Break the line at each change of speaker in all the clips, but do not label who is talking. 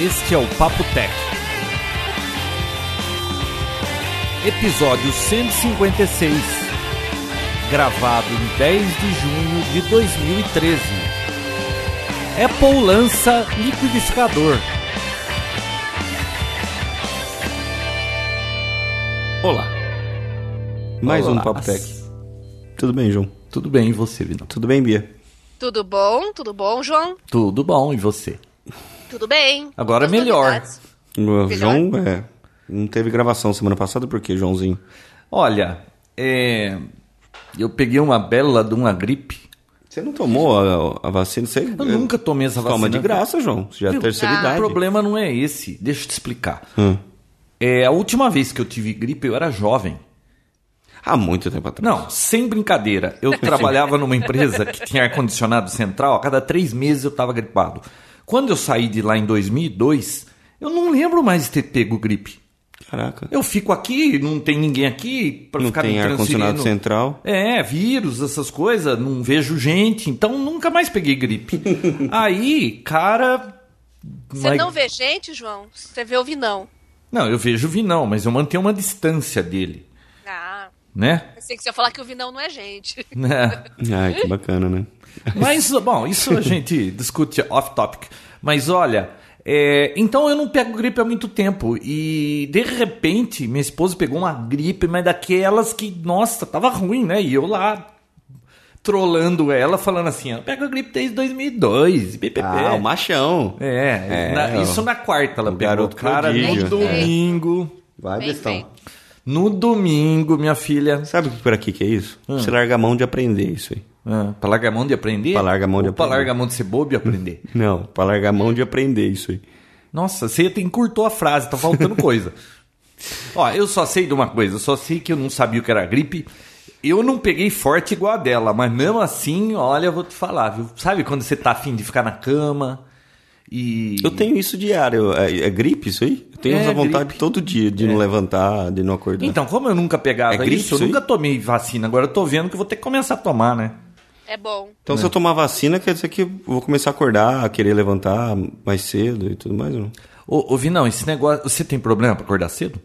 Este é o Papo Tech. Episódio 156. Gravado em 10 de junho de 2013. Apple lança liquidificador. Olá.
Mais
Olá.
um Papo Tech. Tudo bem, João?
Tudo bem, e você, Vinão?
Tudo bem, Bia?
Tudo bom? Tudo bom, João?
Tudo bom, e você?
Tudo bem?
Agora
As
melhor.
novidades?
O
Melhor.
João é, não teve gravação semana passada, por quê, Joãozinho?
Olha, é, eu peguei uma bela de uma gripe.
Você não tomou a, a vacina? Você,
Eu nunca tomei essa
Toma
vacina.
de graça, João. Você já é
Viu?
terceira
Ah.
idade.
O problema não é esse. Deixa eu te explicar.
Hum.
É, a última vez que eu tive gripe, eu era jovem.
Há muito tempo atrás.
Não, sem brincadeira. Eu trabalhava numa empresa que tinha ar-condicionado central. A cada três meses eu estava gripado. Quando eu saí de lá em 2002, eu não lembro mais de ter pego gripe.
Caraca.
Eu fico aqui, não tem ninguém aqui para
não
ficar
tem
me
ar-condicionado
transferindo.
central.
É, vírus, essas coisas, não vejo gente, então nunca mais peguei gripe. Aí, cara.
Você
mas-
não vê gente, João? Você vê ouvir não.
Não, eu vejo o Vinão, mas eu mantenho uma distância dele,
Ah,
né?
pensei que você ia falar que o Vinão não é gente.
Né?
Ai, que bacana, né?
mas, bom, isso a gente discute off-topic. Mas olha, é, então eu não pego gripe há muito tempo. E de repente, minha esposa pegou uma gripe, mas daquelas que, nossa, tava ruim, né? E eu lá. Trolando ela, falando assim, ó, pega gripe desde 2002, BPP.
Ah, o machão.
É,
É,
na-
ó.
isso na quarta ela
O
pegou.
garoto
cara,
prodígio.
no domingo.
Vai,
Bem
bestão.
feito.
No domingo, minha filha.
Sabe por aqui que é isso?
Hum.
Você larga a mão de aprender isso aí.
Ah, pra largar a mão de aprender?
Pra largar a mão É. de
Ou pra
aprender.
largar a mão de ser bobo e aprender.
Não, pra largar a mão de aprender isso aí.
Nossa, você até encurtou a frase, tá faltando coisa. Ó, eu só sei de uma coisa, eu só sei que eu não sabia o que era gripe. Eu não peguei forte igual a dela, mas mesmo assim, olha, eu vou te falar, viu? Sabe quando você tá afim de ficar na cama e.
Eu tenho isso diário. É, é gripe isso aí? Eu tenho
É,
essa vontade
gripe. É.
todo dia de não levantar, de não acordar.
Então, como eu nunca pegava
É gripe
isso, eu
isso aí?
nunca tomei vacina. Agora eu tô vendo que eu vou ter que começar a tomar, né?
É bom.
Então, se eu tomar vacina, quer dizer que eu vou começar a acordar, a querer levantar mais cedo e tudo mais, né? não?
Ô, ô Vinão, esse negócio. Você tem problema pra acordar cedo?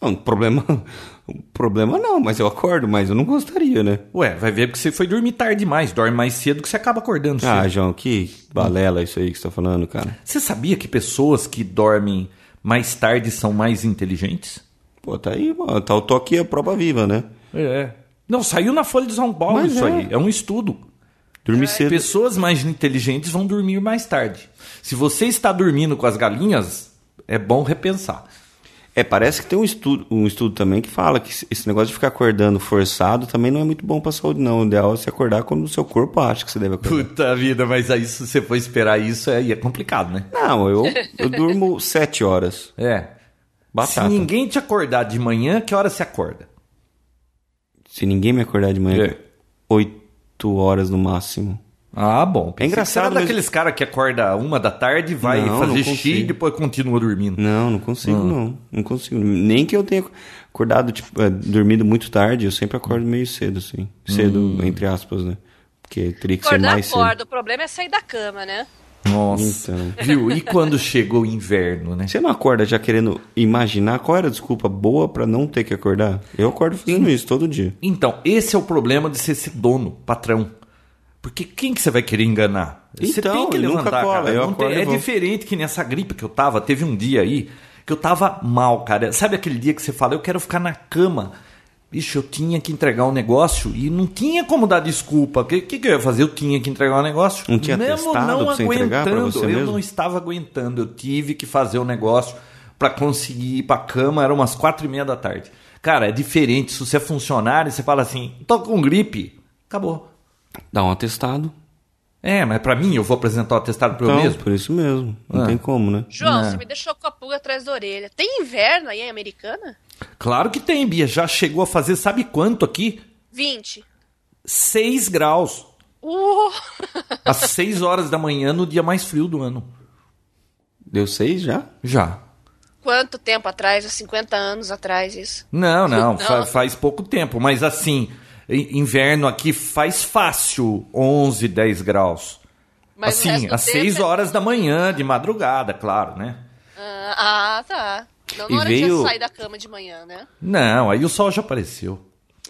Não, problema, problema não, mas eu acordo, mas eu não gostaria, né?
Ué, vai ver porque você foi dormir tarde demais. Dorme mais cedo que você acaba acordando cedo.
Ah, João, que balela isso aí que você tá falando, cara.
Você sabia que pessoas que dormem mais tarde são mais inteligentes?
Pô, tá aí, mano, tá, eu tô aqui a prova viva, né?
É. Não, saiu na Folha de São Paulo
Mas
isso
é.
aí. É um estudo.
Dormir cedo.
Pessoas mais inteligentes vão dormir mais tarde. Se você está dormindo com as galinhas, é bom repensar.
É, parece que tem um estudo, um estudo também que fala que esse negócio de ficar acordando forçado também não é muito bom pra saúde, não. O ideal é você acordar quando o seu corpo acha que você deve acordar.
Puta vida, mas aí se você for esperar isso, aí é complicado, né?
Não, eu, eu durmo sete horas.
É.
Batata.
Se ninguém te acordar de manhã, que hora você acorda?
Se ninguém me acordar de manhã,
É.
oito horas no máximo.
Ah, bom. Pensei que
É engraçado
você era
mesmo.
daqueles caras que acorda uma da tarde, vai
Não,
fazer
não
xixi e
consigo.
depois continua dormindo.
Não, não
Ah.
consigo, não. Não consigo. Nem que eu tenha acordado, tipo, é, dormido muito tarde, eu sempre acordo meio cedo, assim. Cedo,
Hum.
entre aspas, né? Porque teria que ser
Acordar,
mais
acorda. O problema é sair da cama, né?
Nossa.
Então.
Viu? E quando chegou o inverno, né?
cedo. Você não acorda já querendo imaginar qual era a desculpa boa pra não ter que acordar? Eu acordo fazendo isso todo dia.
Então, esse é o problema de você ser dono, patrão. Porque quem que você vai querer enganar? você
Então,
tem que
e nunca
levantar,
cola.
cara.
Eu
Não tem-
acordo e
é
vou.
diferente que nessa gripe que eu tava, teve um dia aí que eu tava mal, cara. Sabe aquele dia que você fala, eu quero ficar na cama. Bicho, eu tinha que entregar um negócio e não tinha como dar desculpa. O que, que, que eu ia fazer? Eu tinha que entregar um negócio.
Não tinha
Mesmo
testado
não
pra você entregar pra
aguentando,
você
eu
mesmo?
não estava aguentando. Eu tive que fazer o negócio pra conseguir ir pra cama. Era umas quatro e meia da tarde. Cara, é diferente. Se você é funcionário, você fala assim, tô com gripe. Acabou.
Dá um atestado.
É, mas pra mim, eu vou apresentar o atestado pra
Então,
eu mesmo?
por isso mesmo. Não
Ah.
tem como, né?
João,
Não.
você me deixou com a pulga atrás da orelha. Tem inverno aí em Americana?
Claro que tem, Bia. Já chegou a fazer sabe quanto aqui?
20.
6 graus.
Uh!
Às 6 horas da manhã, no dia mais frio do ano.
Deu seis já?
Já.
Quanto tempo atrás? Há 50 anos atrás isso.
Não, não,
Não.
fa- faz pouco tempo, mas assim, i- inverno aqui faz fácil 11, 10 graus.
Mas o
assim,
resto do
às
tempo
seis
é-
horas da manhã, de madrugada, claro, né?
Ah, ah, tá. Não
E
na hora que
veio-
já sai da cama de manhã, né?
Não, aí o sol já apareceu.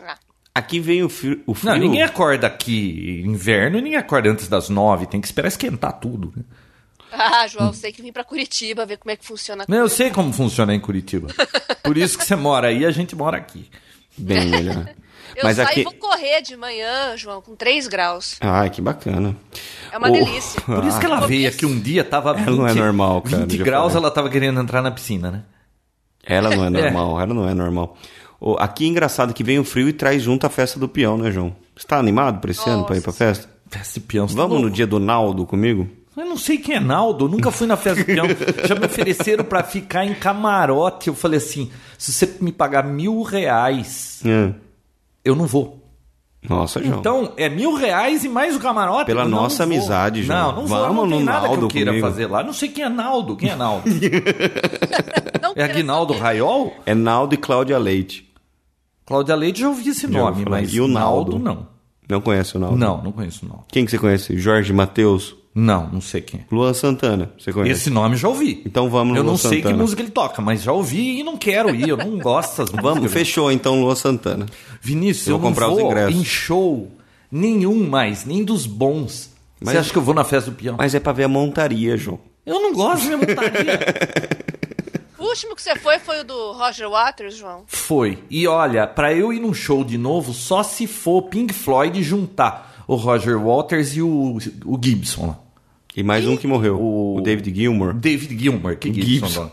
Ah,
Aqui vem o, frio, o frio.
Não, ninguém acorda aqui inverno e ninguém acorda antes das nove. Tem que esperar esquentar tudo. né?
ah João, sei que vim pra Curitiba ver como é que funciona a
Não, eu sei como funciona em Curitiba. Por isso que você mora aí, a gente mora aqui.
Bem melhor.
Eu
Mas
saio e
aqui.
vou correr de manhã, João, com 3 graus.
Ah, que bacana.
É uma
O-
delícia.
Oh. Por isso que ela
Ah.
veio aqui um dia, tava 20,
não é normal, cara,
20
já
graus,
falei.
ela tava querendo entrar na piscina, né?
Ela não é normal, ela não é normal. Ô, aqui é engraçado que vem o frio e traz junto a festa do peão, né, João? Você tá animado pra esse ano, pra ir pra festa?
Festa de peão. você tá
Vamos no
louco?
dia do Naldo comigo?
Eu não sei quem é Naldo, eu nunca fui na festa de peão. Já me ofereceram pra ficar em camarote. Eu falei assim, se você me pagar mil reais,
É.
eu não vou.
Nossa, João.
Então, é mil reais e mais o camarote.
Pela
Eu não
nossa
vou.
amizade, João.
Não, não
Vamos
vou, não tem
no
nada que eu
Naldo
queira
comigo.
fazer lá. Não sei quem é Naldo. Quem é Naldo?
Não
É
quero
Aguinaldo
saber.
Raiol?
É Naldo e Cláudia Leite.
Cláudia Leite já ouvi esse
Já ouvi
nome,
falar.
mas
E o Naldo?
não.
Não conhece o Naldo?
Não, não conheço o Naldo.
Quem que você conhece? Jorge Matheus?
Não, não sei quem é.
Luan Santana, você conhece?
Esse nome já ouvi.
Então vamos no
Eu não
Luan
sei que
Santana.
música ele toca, mas já ouvi e não quero ir. Eu não gosto das
Vamos,
músicas.
fechou então Luan Santana.
Vinícius,
Eu
eu,
vou
não
comprar os
vou
ingressos.
em show nenhum mais, nem dos bons.
Mas-
Você acha que eu vou na festa do peão?
Mas é pra ver a montaria, João.
Eu não gosto de minha montaria.
O último que você foi foi o do Roger Waters, João?
Foi. E olha, pra eu ir num show de novo, só se for Pink Floyd juntar o Roger Waters e o, o Gibson lá.
E mais um que morreu, o,
O-
David Gilmour.
David Gilmour, que
Gibson.
Gibson.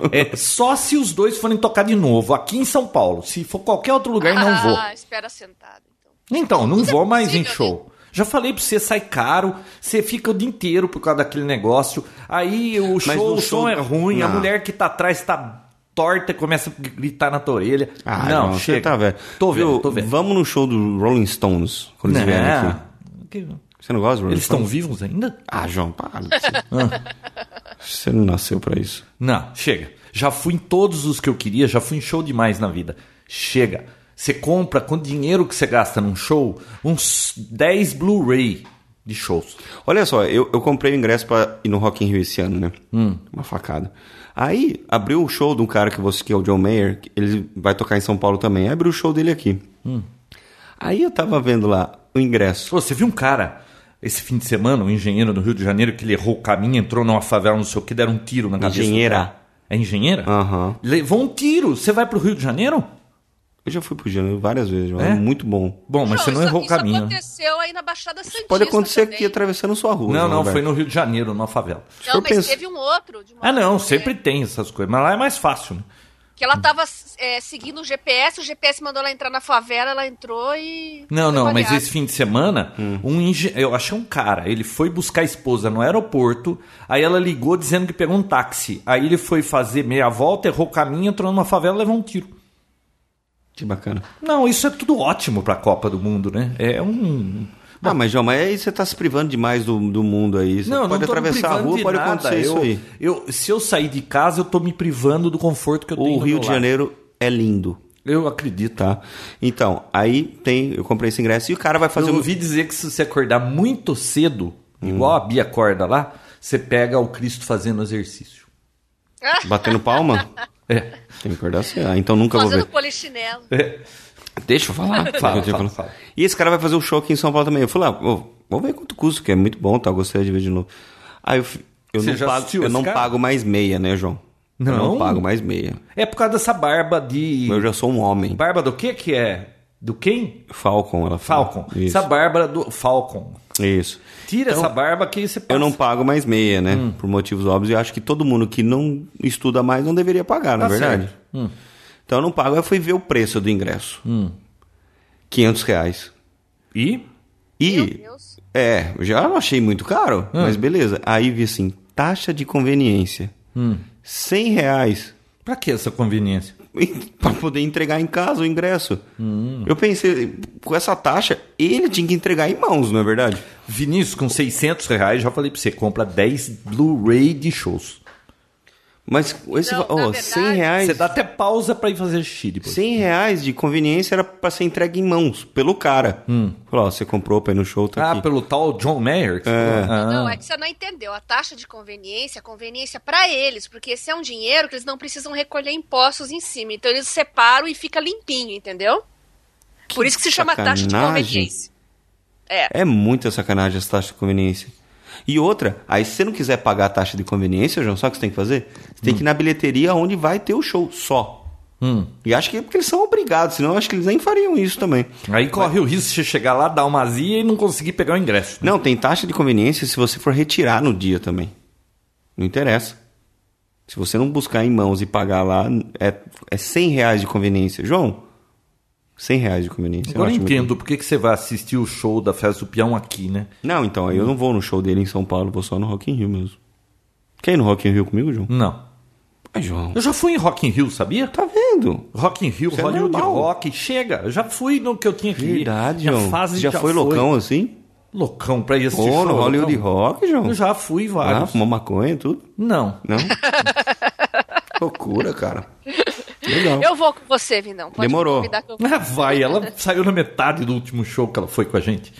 agora. é só se os dois forem tocar de novo aqui em São Paulo. Se for qualquer outro lugar, não vou.
Ah, espera sentado. Então.
Então, não
Isso é
vou mais em
possível,
show. Já falei pra você, sai caro, você fica o dia inteiro por causa daquele negócio. Aí o show,
no
o
show-
som é ruim, a
Não.
mulher que tá atrás tá torta, começa a gritar na tua orelha.
Ah,
não,
João,
chega.
Você tá velho.
Tô vendo,
Viu,
tô vendo.
Vamos no show do Rolling Stones, quando eles vierem aqui.
Não. Que-
Você não gosta do Rolling
Eles estão
Stones?
vivos ainda?
Ah, João, para. de ser-
Ah.
Você não nasceu pra isso.
Não, chega. Já fui em todos os que eu queria, já fui em show demais na vida. Chega. Você compra, com o dinheiro que você gasta num show, uns 10 Blu-ray de shows.
Olha só, eu, eu comprei o ingresso pra ir no Rock in Rio esse ano, né?
Hum.
Uma facada. Aí, abriu o show de um cara que você que é o John Mayer, que ele vai tocar em São Paulo também. Aí abriu o show dele aqui.
Hum.
Aí eu tava vendo lá o ingresso.
Pô, você viu um cara esse fim de semana, um engenheiro do Rio de Janeiro, que ele errou o caminho, entrou numa favela, não sei o que, deram um tiro na cabeça. do
Engenheira. Ah.
cara? É engenheira?
Aham.
Levou um tiro. Você vai pro Rio de Janeiro?
Eu já fui pro Rio de Janeiro várias vezes, João.
É?
É muito bom.
Bom, mas
João,
você não
isso,
errou o
isso
caminho. né?
aconteceu aí na Baixada Santista
Pode acontecer
também.
aqui
tá?
atravessando sua rua.
Não,
João
não,
Alberto.
foi no Rio de Janeiro, numa favela.
eu
Não, mas
penso-
teve um outro. de uma
Ah, não,
outra mulher,
sempre tem essas coisas, mas lá é mais fácil, né?
Que ela tava é, seguindo o GPS, o GPS mandou ela entrar na favela, ela entrou e.
Não,
foi
não, mas
baleada.
esse fim de semana, um engen... eu achei um cara, ele foi buscar a esposa no aeroporto, aí ela ligou dizendo que pegou um táxi. Aí ele foi fazer meia volta, errou o caminho, entrou numa favela e levou um tiro.
Que bacana.
Não, isso é tudo ótimo pra Copa do Mundo, né? É um.
Ah, mas João, mas aí você tá se privando demais do, do mundo aí. Você
Não, eu
pode
não tô me
atravessar a
privando
rua,
de
pode
nada.
acontecer isso
Eu-
aí.
Eu, se eu sair de casa, eu tô me privando do conforto que eu tenho.
O
do
Rio
meu
de
lar.
Janeiro é lindo,
Eu acredito.
tá? Então, aí tem, eu comprei esse ingresso e o cara vai fazer
eu
um
ouvi dizer que se você acordar muito cedo,
Hum.
igual a Bia acorda lá, você pega o Cristo fazendo exercício.
batendo palma.
É.
Tem que acordar cedo. Ah, então nunca vou
Fazendo
ver.
polichinelo.
Deixa eu falar.
Fala,
Eu tinha
fala, fala.
falado. E esse cara vai fazer um show aqui em São Paulo também. Eu falei, ah, ô, vamos ver quanto custa, que é muito bom, tá? Eu Gostaria de ver de novo. Aí eu, fi- eu
Você
não,
já
pago,
assistiu
eu
esse
não
cara?
pago mais meia, né, João? Eu não
Não?
pago mais meia.
É por causa dessa barba de.
Eu já sou um homem.
Barba do que que é? Do quem?
Falcon, ela fala.
Falcon.
Isso.
Essa barba do. Falcon.
Isso.
Tira essa barba que você passa. Hum.
Eu não pago mais meia, né? Por motivos óbvios. Eu acho que todo mundo que não estuda mais não deveria pagar, na
Tá
verdade.
certo. Hum.
Então eu não pago. Aí eu fui ver o preço do ingresso. 500 reais.
E?
Meu
E,
Deus.
é, eu já não achei muito caro,
Hum.
mas beleza. Aí vi assim, taxa de conveniência.
Hum.
100 reais
Pra que essa conveniência?
para poder entregar em casa o ingresso.
Hum.
Eu pensei, com essa taxa, ele tinha que entregar em mãos, não é verdade?
Vinícius, com 600 reais, já falei pra você, compra 10 Blu-ray de shows.
Mas esse,
Não,
va- ó,
na verdade-
100 reais.
Você tá dá até pausa pra ir fazer xixi depois.
100 reais de conveniência era pra ser entregue em mãos, pelo cara. Falou, ó, você comprou pra ir no show, tá
Ah,
aqui.
pelo tal John Mayer? que você falou? Ah.
Não, é que você não entendeu. A taxa de conveniência, a conveniência para eles, porque esse é um dinheiro que eles não precisam recolher impostos em cima. Então eles separam e fica limpinho, entendeu? Por isso que se chama taxa de
sacanagem.
conveniência.
É muita sacanagem essa taxa de conveniência. E outra, aí se você não quiser pagar a taxa de conveniência, João, sabe o que você tem que fazer? Você tem que ir na bilheteria onde vai ter o show, só.
Hum.
E acho que é porque eles são obrigados, senão eu acho que eles nem fariam isso também.
Aí corre o risco de você chegar lá, dar uma azia e não conseguir pegar o ingresso. né?
Não, tem taxa de conveniência se você for retirar no dia também. Não interessa. Se você não buscar em mãos e pagar lá, é, é 100 reais de conveniência. João, 100 reais de conveniência.
Agora eu
acho muito-
entendo por que, que você vai assistir o show da Festa do Peão aqui, né?
Não, então, aí eu não vou no show dele em São Paulo, vou só no Rock in Rio mesmo. Quer ir no Rock in Rio comigo, João?
Não.
Ah, João.
Eu já fui em Rock in Rio, sabia?
Tá vendo?
Rock in Rio,
Isso é
Hollywood
normal.
Rock, chega. Eu já fui no que eu tinha que ir.
Verdade,
Minha
João.
fase
já, foi loucão assim?
Loucão pra ir assistir
Pô,
show.
no Hollywood
loucão.
Rock, João?
Eu já fui
Ah,
vários.
fumou maconha e tudo?
Não.
Não? Loucura, cara. Legal.
Eu vou com você, Vinão. Pode me
Demorou.
convidar que eu vou.
Ah, Vai, ela saiu na metade do último show que ela foi com a gente.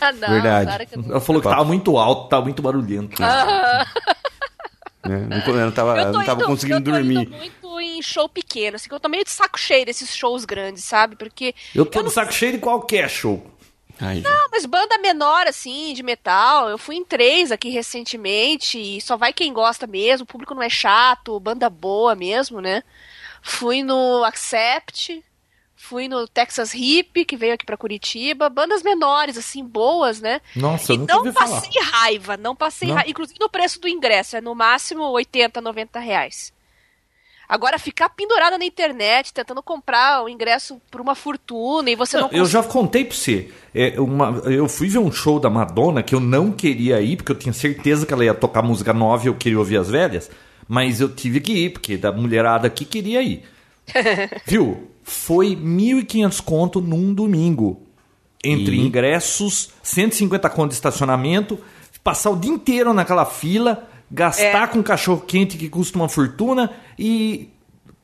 Ah, não,
Verdade.
claro que eu não.
Ela falou que tava muito alto, tava muito barulhento.
Ah.
É, não, eu não tava,
Eu tô
não tava
indo-
conseguindo
eu tô
dormir.
Indo muito em show pequeno, assim, que eu tô meio de saco cheio desses shows grandes, sabe? Porque.
Eu tô
eu
de
não-
saco cheio de qualquer show.
Ai,
Ah, mas banda menor, assim, de metal. Eu fui em três aqui recentemente e só vai quem gosta mesmo. O público não é chato, banda boa mesmo, né? Fui no Accept, fui no Texas Hip, que veio aqui pra Curitiba. Bandas menores, assim, boas, né?
Nossa,
e
eu nunca
não
ouvi falar.
passei raiva, não passei
Não?
raiva. Inclusive no preço do ingresso, é no máximo 80, 90 reais. Agora, ficar pendurada na internet, tentando comprar o ingresso por uma fortuna e você não,
Eu já contei pra você. É, uma- eu fui ver um show da Madonna que eu não queria ir, porque eu tinha certeza que ela ia tocar música nova e eu queria ouvir as velhas. Mas eu tive que ir, porque da mulherada aqui queria ir. Viu? Foi 1.500 conto num domingo. Entre
E?
ingressos, 150 conto de estacionamento, passar o dia inteiro naquela fila,
É.
gastar com cachorro quente que custa uma fortuna e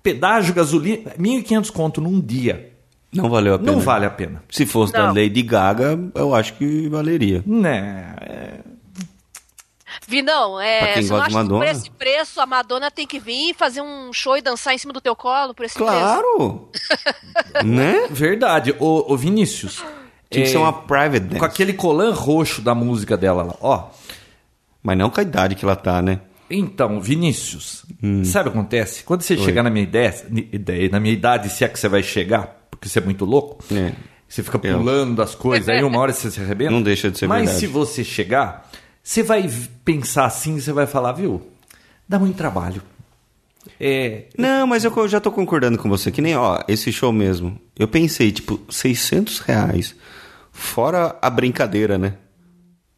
pedágio, gasolina. 1.500 conto num dia.
não valeu a pena.
Não vale a pena.
Se fosse da
Não.
Lady Gaga, eu acho que valeria.
Né? é-
Vinão,
Pra
é,
quem
você não
gosta
acha
de
que por
Madonna?
esse preço a Madonna tem que vir fazer um show e dançar em cima do teu colo por esse preço?
Claro! né?
Verdade. Ô, ô Vinícius,
Tinha que
é,
ser uma private dance.
com aquele colã roxo da música dela lá. Ó,
Mas não com a idade que ela tá, né?
então, Vinícius,
Hum.
sabe o que acontece? Quando você chegar na minha ideia, ni- ideia, na minha idade, se é que você vai chegar, porque você é muito louco,
É.
você fica
Eu.
pulando as coisas, aí uma hora você se arrebenta.
Não deixa de ser
Mas
verdade.
se você chegar, você vai v- pensar assim, você vai falar, viu, dá muito trabalho. É,
Não, mas eu co- já tô concordando com você, que nem, ó, esse show mesmo. Eu pensei, tipo, 600 reais. Fora a brincadeira, né?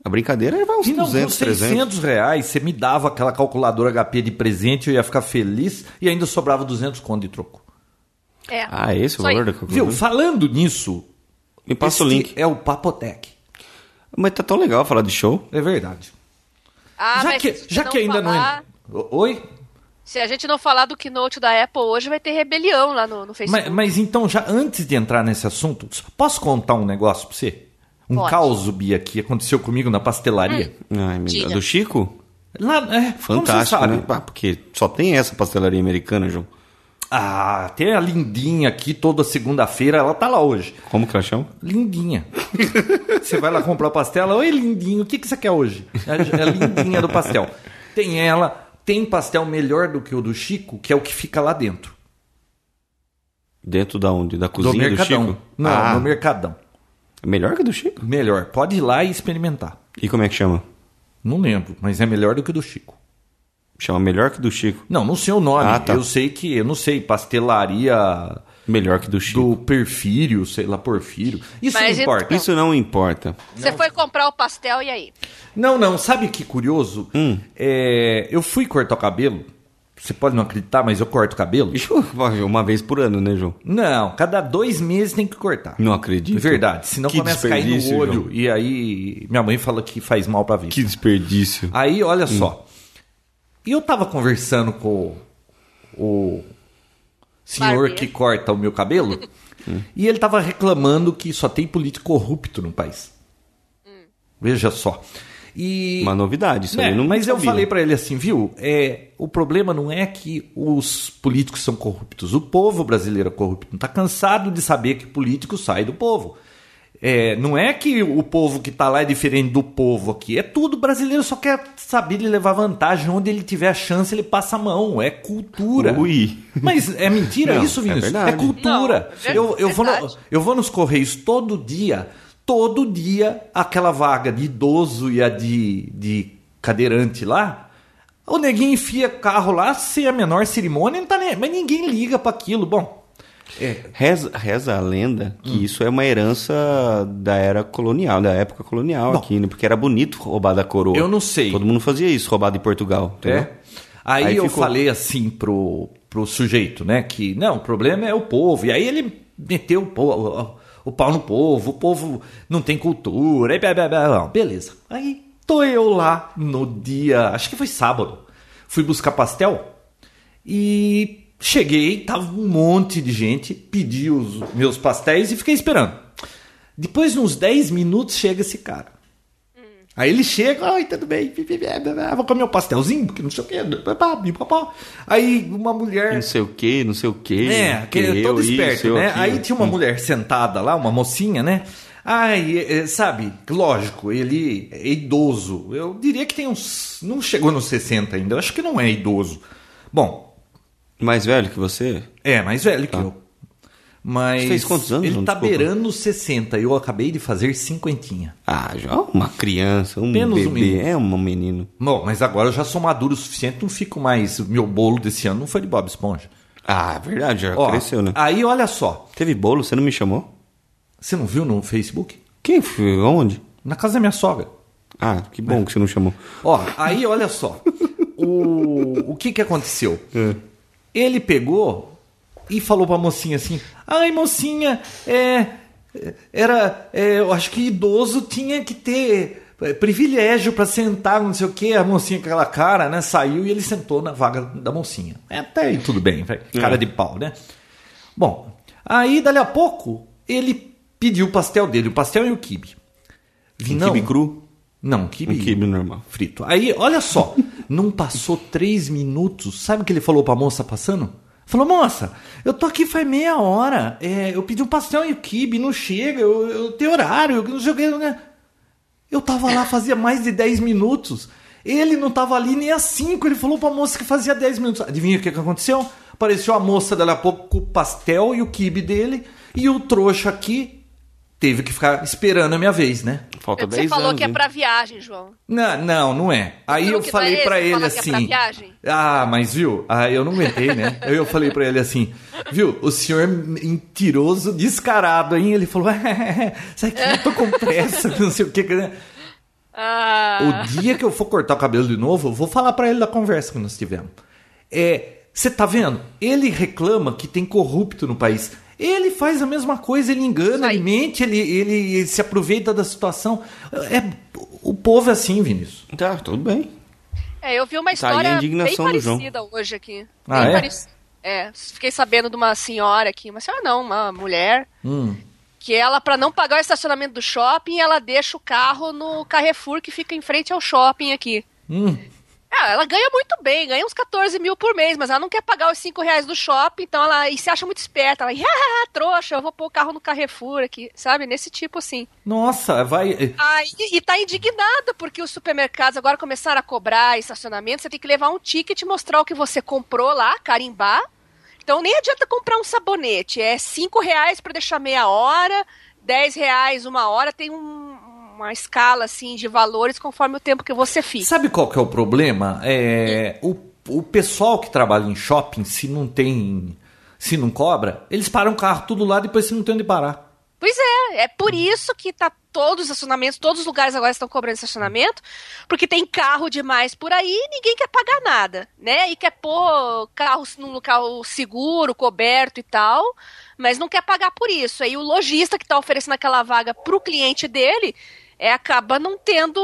A brincadeira é, vai uns
E não,
200,
Então, com
300.
600 reais, você me dava aquela calculadora HP de presente, eu ia ficar feliz e ainda sobrava 200 conto de troco.
É.
Ah, é esse o
Só
valor
isso.
da
Viu?
calculadora?
Falando nisso,
Me passa o
esse
link.
é o Papotec.
Mas tá tão legal falar de show.
É verdade.
Ah,
já
mas
que,
se
já
não
que ainda
falar-
não é. O- Oi?
Se a gente não falar do keynote da Apple hoje, vai ter rebelião lá no, no Facebook.
Mas, mas então, já antes de entrar nesse assunto, posso contar um negócio pra você? Um
Pode. Hum.
caos, Bia, que aconteceu comigo na pastelaria.
Ai, meu Deus.
Diga.
Do Chico?
Lá, é, como você
Fantástico,
sabe?
né? Ah, porque só tem essa pastelaria americana, João.
Ah, tem a Lindinha aqui toda segunda-feira, ela tá lá hoje.
Como que ela chama?
Lindinha. você vai lá comprar pastela. Oi, lindinho, o que, que você quer hoje? É a lindinha do pastel. Tem ela, tem pastel melhor do que o do Chico, que é o que fica lá dentro.
Dentro da onde? Da cozinha
do
do,
Mercadão.
Chico?
Não,
ah,
no Mercadão.
melhor que do Chico?
Melhor. Pode ir lá e experimentar.
E como é que chama?
Não lembro, mas é melhor do que o do Chico.
Chama melhor que do Chico.
Não, não sei o nome.
Ah, tá.
Eu sei que, eu não sei, pastelaria
Melhor que do Chico.
do Perfírio, sei lá, Porfírio. Isso não
Mas e-
importa.
Isso não importa.
Você foi comprar o pastel e aí?
Não, não, sabe que curioso?
Hum.
É, eu fui cortar o cabelo. Você pode não acreditar, mas eu corto o cabelo.
Uma vez por ano, né, João?
Não, cada dois meses tem que cortar.
Não acredito.
Verdade, senão
Que
começa a cair no
desperdício,
olho.
João.
E aí minha mãe fala que faz mal pra vida.
Que desperdício.
Aí, olha só. E eu tava conversando com o senhor
Barbeiro.
que corta o meu cabelo
Hum.
e ele tava reclamando que só tem político corrupto no país. Veja só. E
Uma novidade, isso
né,
aí eu É, não
mas eu
sabia.
falei pra ele assim, viu? É, o problema não é que os políticos são corruptos, o povo brasileiro é corrupto. Não tá cansado de saber que político sai do povo. É, não é que o povo que tá lá é diferente do povo aqui. É tudo brasileiro, só quer saber de levar vantagem. Onde ele tiver a chance, ele passa a mão. É cultura.
Ui.
Mas é mentira
Não,
isso,
é
Vinícius? É,
verdade.
cultura.
Não, é
eu, eu, vou no-
verdade.
eu vou nos Correios todo dia, todo dia, aquela vaga de idoso e a de, de cadeirante lá. O neguinho enfia carro lá sem a menor cerimônia, não tá nem, mas ninguém liga pra aquilo. Bom, é,
Reza, reza a lenda
Hum.
que isso é uma herança da era colonial, da época colonial
Bom.
aqui, né? Porque era bonito roubar da coroa.
Eu não sei.
Todo mundo fazia isso, roubar de Portugal. entendeu?
É. Aí,
Aí
eu
ficou-
falei assim pro, pro sujeito, né? Que não, o problema é o povo. E aí ele meteu o, po- o pau no povo, o povo não tem cultura. E blá, blá, blá, blá. Beleza. Aí tô eu lá no dia, acho que foi sábado, fui buscar pastel e cheguei, tava um monte de gente, pedi os meus pastéis e fiquei esperando. Depois de uns 10 minutos chega esse cara. Aí ele chega, oi, tudo bem? Pi, pi, pi, blá, blá, Vou comer um pastelzinho, porque não sei o quê. blá, blá, blá, blá, blá. Aí uma mulher.
Não sei o que, não sei o que.
É, que é todo esperto, né? Aí tinha
Hum.
uma mulher sentada lá, uma mocinha, né? Ai, é, é, sabe, lógico, ele é idoso. Eu diria que tem uns. Não chegou nos 60 ainda, eu acho que não é idoso. Bom,
Mais velho que você?
é, mais velho que eu. Mas.
Você Tá. fez quantos anos,
Ele
João?
tá
Desculpa.
beirando os 60. Eu acabei de fazer cinquentinha.
Ah, já é uma criança, um
Apenas um
bebê.
menino.
é um menino.
Bom, mas agora eu já sou maduro o suficiente, não fico mais. Meu bolo desse ano não foi de Bob Esponja.
Ah, é verdade, já
Ó,
cresceu, né?
Aí olha só,
Teve bolo, você não me chamou?
você não viu no Facebook?
Quem? foi? Onde?
Na casa da minha sogra.
Ah, que bom
É.
que você não chamou.
Ó, aí olha só. O, o que que aconteceu? Ele pegou e falou pra mocinha assim: Ai, mocinha, é. Era. é, eu acho que idoso tinha que ter é, privilégio pra sentar, não sei o quê. A mocinha com aquela cara, né? Saiu e ele sentou na vaga da mocinha. É, até aí tudo bem, vai,
É.
cara de pau, né? Bom, aí dali a pouco ele pediu o pastel dele, o pastel e o quibe.
Um quibe cru?
Não, quibe,
Um quibe normal.
frito. Aí, olha só, não passou três minutos. Sabe o que ele falou pra moça passando? Falou, moça, eu tô aqui faz meia hora. é, eu pedi um pastel e o quibe, não chega, eu, eu tenho horário, eu não joguei. Né? Eu tava lá fazia mais de 10 minutos. Ele não tava ali nem às 5. Ele falou pra moça que fazia 10 minutos. Adivinha o que, que aconteceu? Apareceu a moça dali a pouco com o pastel e o quibe dele. E o trouxa aqui teve que ficar esperando a minha vez, né?
Falta 10
Você
anos.
falou que é
hein?
pra viagem, João.
Não, não, não é. Aí
Então,
eu
que
falei
país?
pra ele
Fala que é pra
assim.
viagem?
Ah, mas viu? Ah, eu não aguentei, né? Aí eu falei pra ele assim, viu? O senhor é mentiroso, descarado, hein? Ele falou, é, sabe que eu tô com pressa, não sei o que.
Ah,
O dia que eu for cortar o cabelo de novo, eu vou falar pra ele da conversa que nós tivemos. É, você tá vendo? Ele reclama que tem corrupto no país. Ele faz a mesma coisa, ele engana, ele mente, ele, ele se aproveita da situação. É, o povo é assim, Vinícius.
Tá, tudo bem.
é, eu vi uma
Tá aí a
história bem
indignação do João.
parecida hoje aqui.
Ah,
bem
é?
parec- É, fiquei sabendo de uma senhora aqui, uma senhora não, uma mulher, que ela, pra não pagar o estacionamento do shopping, ela deixa o carro no Carrefour que fica em frente ao shopping aqui.
Hum.
Ah, ela ganha muito bem, ganha uns 14 mil por mês, mas ela não quer pagar os 5 reais do shopping, então ela e se acha muito esperta. Ela, ah, trouxa, eu vou pôr o carro no Carrefour aqui, sabe? Nesse tipo assim.
Nossa, vai.
Ah, e, e tá indignada porque os supermercados agora começaram a cobrar estacionamento. Você tem que levar um ticket, mostrar o que você comprou lá, carimbar. Então nem adianta comprar um sabonete. É cinco reais para deixar meia hora, 10 reais uma hora. Tem um- uma escala assim de valores conforme o tempo que você fica.
Sabe qual que é o problema? É o, o pessoal que trabalha em shopping, se não tem, se não cobra, eles param o carro tudo lá depois se não tem onde parar.
Pois é, é por isso que tá todos os estacionamentos, todos os lugares agora estão cobrando estacionamento, porque tem carro demais por aí e ninguém quer pagar nada, né? E quer pôr carros num local seguro, coberto e tal, mas não quer pagar por isso. Aí o lojista que tá oferecendo aquela vaga pro cliente dele, é, acaba não tendo.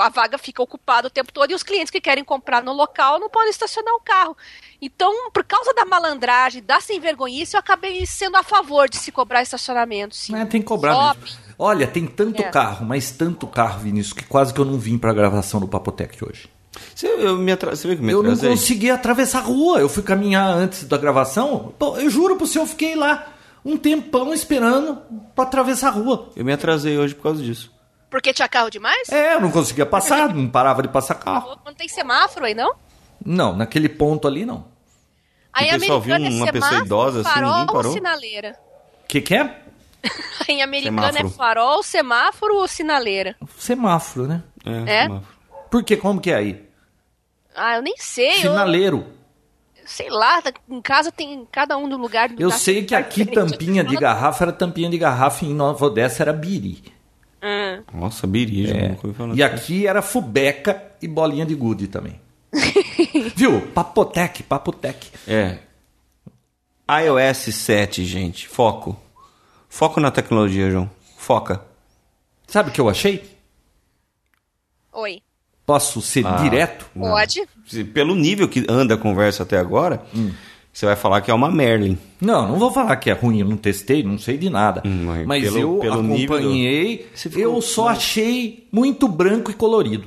A vaga fica ocupada o tempo todo e os clientes que querem comprar no local não podem estacionar o carro. Então, por causa da malandragem, da sem vergonhice, eu acabei sendo a favor de se cobrar estacionamento. Sim.
É, tem que cobrar
Só-
mesmo. Olha, tem tanto
É.
carro, mas tanto carro, Vinícius, que quase que eu não vim pra gravação do Papotec hoje.
Você, eu me atra... você viu que me
Eu não
atrasei?
consegui atravessar a rua. Eu fui caminhar antes da gravação. Pô, eu juro pro senhor, eu fiquei lá um tempão esperando pra atravessar a rua.
Eu me atrasei hoje por causa disso.
Porque tinha carro demais?
É, eu não conseguia passar, não parava de passar carro.
Não tem semáforo aí, não?
Não, naquele ponto ali não.
Aí
O pessoal
americana
viu
é
uma pessoa
semáforo,
idosa, assim,
farol
ninguém parou?
ou sinaleira?
Que que é?
Em americana
Semáforo.
é farol, semáforo ou sinaleira?
Semáforo, né?
É?
semáforo.
Por quê? Como que é aí?
Ah, eu nem sei. Eu,
Sinaleiro.
sei lá, tá- em casa tem em cada um do lugar. do
Eu
lugar
sei que aqui tampinha de garrafa era tampinha de garrafa e em Nova Odessa era biri.
Ah,
Nossa, biri, já nunca ouvi falar.
É. E aqui era fubeca e bolinha de gude também. Viu? Papotec, papotec.
É. iOS 7, gente. Foco. Foco na tecnologia, João. Foca.
Sabe o que eu achei?
Oi.
Posso ser
Ah.
direto?
Pode?
Se- Pelo nível que anda a conversa até agora, você vai falar que é uma Merlin.
Não, não vou falar que é ruim, eu não testei, não sei de nada.
Hum, mas
mas
pelo-
eu
pelo nível do-
acompanhei,
Você ficou-
eu só achei muito branco e colorido.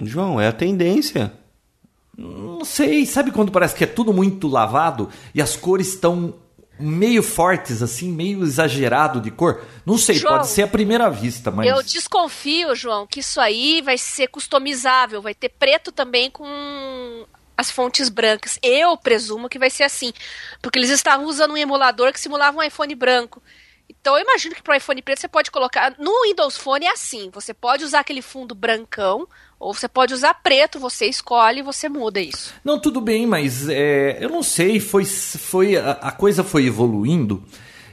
João, é a tendência.
Não sei, sabe quando parece que é tudo muito lavado e as cores estão meio fortes, assim, meio exagerado de cor? Não sei,
João,
pode ser à primeira vista, mas.
Eu desconfio, João, que isso aí vai ser customizável. Vai ter preto também com as fontes brancas. Eu presumo que vai ser assim. Porque eles estavam usando um emulador que simulava um iPhone branco. Então eu imagino que para o iPhone preto você pode colocar. No Windows Phone é assim: você pode usar aquele fundo brancão, ou você pode usar preto, você escolhe e você muda isso.
Não, tudo bem, mas é, eu não sei, foi, foi a, a coisa foi evoluindo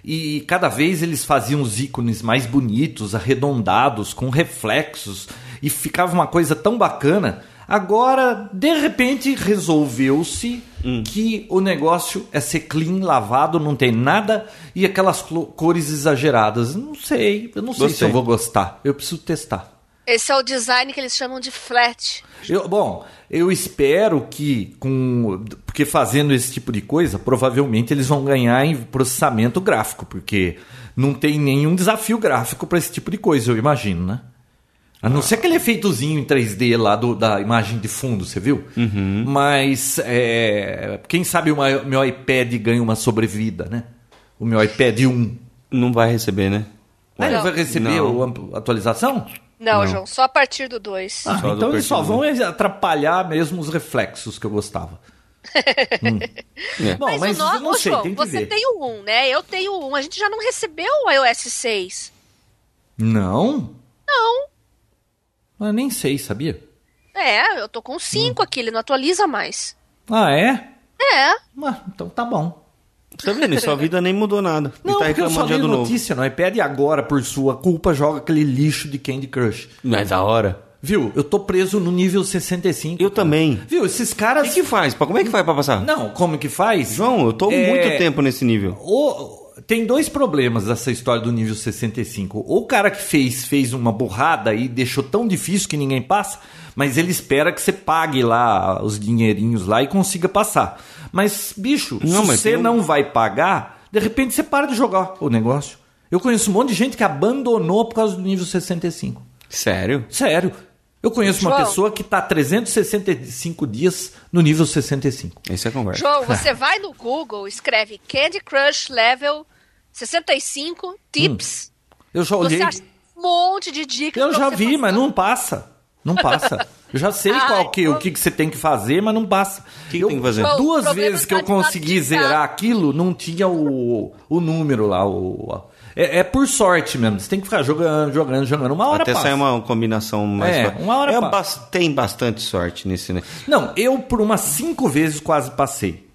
e cada vez eles faziam os ícones mais bonitos, arredondados, com reflexos e ficava uma coisa tão bacana. Agora, de repente, resolveu-se que o negócio é ser clean, lavado, não tem nada e aquelas clo- cores exageradas. Não sei, eu não sei se
Gostei.
eu vou gostar. Eu preciso testar.
Esse é o design que eles chamam de flat.
Eu- bom, eu espero que com porque fazendo esse tipo de coisa, provavelmente eles vão ganhar em processamento gráfico, porque não tem nenhum desafio gráfico para esse tipo de coisa, eu imagino, né? A
Ah.
não ser aquele efeitozinho em 3D lá do- da imagem de fundo, você viu?
Uhum.
Mas é, quem sabe o meu, meu iPad ganha uma sobrevida, né? O meu iPad 1.
Não vai receber, né?
Ah, ele vai receber
Não.
o amplo- atualização?
Não,
Não.
João, só a partir do 2.
Ah,
Só do
então eles só
perfil,
vão atrapalhar mesmo os reflexos que eu gostava. Hum.
É.
Bom,
Mas,
mas,
o nosso,
eu não sei,
João,
tem que
você
ver.
tem o 1, né? Eu tenho o 1. A gente já não recebeu o iOS 6.
Não?
Não.
Eu nem sei, sabia?
É, eu tô com o 5 aqui, ele não atualiza mais.
Ah, Hum. é?
É.
Ah, então tá bom.
Tá vendo? E sua vida nem mudou nada.
Não,
e tá
porque eu só
reclamando de
li
ano novo.
notícia no iPad e agora, por sua culpa, joga aquele lixo de Candy Crush.
Mas da hora.
Viu? Eu tô preso no nível 65.
Eu também.
Viu? Esses
O
caras...
que, que faz? pá? Como é que faz pra passar?
Não, como que faz?
João, eu tô
É,
muito tempo nesse nível.
ou- tem dois problemas dessa história do nível 65. Ou o cara que fez, fez uma burrada e deixou tão difícil que ninguém passa, mas ele espera que você pague lá os dinheirinhos lá e consiga passar. Mas, bicho,
Não,
se
mas
você
tem um-
não vai pagar, de repente você para de jogar o negócio. Eu conheço um monte de gente que abandonou por causa do nível 65.
Sério?
Sério. Eu conheço uma
João.
pessoa que tá 365 dias no nível 65.
Essa é a conversa.
João, você vai no Google, escreve Candy Crush Level 65 Tips.
Eu já Hum. olhei.
Você acha um monte de dicas.
Eu
pra
já
você
vi,
passar.
mas não passa. Não passa. Eu já sei
Ah,
qual que,
então-
o que, que você tem que fazer, mas não passa.
que
Eu-
tem que fazer?
Bom, o
Duas
problema
vezes
é
que eu
que não
consegui
adianta.
zerar aquilo, não tinha o, o número lá. O, a- é, é por sorte mesmo. Você tem que ficar jogando, jogando, jogando. Uma hora
Até
passa.
sair uma combinação mais...
É,
fa-
uma hora
É
passa.
bas- Tem bastante sorte nesse, né?
Não, eu por umas cinco vezes quase passei.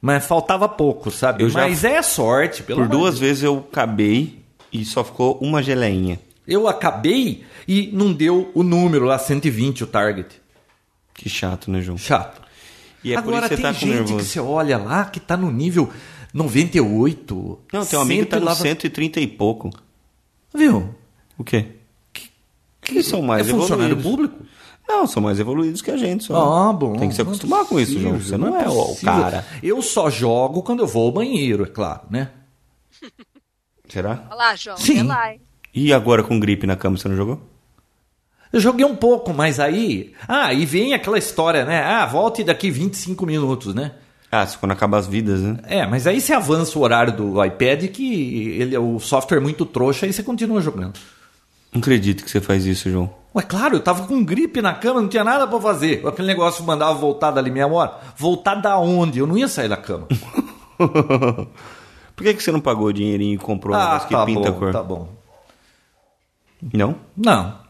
Mas faltava pouco, sabe?
Eu já-
mas é sorte, pelo
Por
amor de
duas vezes eu acabei e só ficou uma geleinha.
Eu acabei e não deu o número lá, 120 o target.
Que chato, né, João?
Chato.
E é
Agora
por isso que você
tem
tá com
gente que
nervoso.
você olha lá que tá no nível 98.
Não, tem um amigo que tá
100
no
lá-
130 e pouco.
Viu?
O quê?
Que,
Eles são mais
é funcionário
evoluídos.
público?
Não, são mais evoluídos que a gente. Só.
Ah, bom.
Então, Tem que se
Não é
acostumar com isso,
possível,
João. Você não, é o
possível.
cara.
Eu só jogo quando eu vou ao banheiro, é claro, né?
Será?
Olha lá, João.
Sim.
vê lá, hein?
E agora com gripe na cama, você não jogou?
Eu joguei um pouco, mas aí. Ah, e vem aquela história, né? Ah, volte daqui 25 minutos, né?
Ah, se quando acaba as vidas, né?
É, mas aí você avança o horário do iPad que ele é o software é muito trouxa e você continua jogando.
Não acredito que você faz isso, João.
Ué, claro, eu tava com gripe na cama, não tinha nada pra fazer. Aquele negócio mandava voltar dali meia hora. Voltar da onde? Eu não ia sair da cama.
Por que, que você não pagou o dinheirinho e comprou um negócio que
bom,
pinta a cor?
Ah, tá bom.
Não?
Não.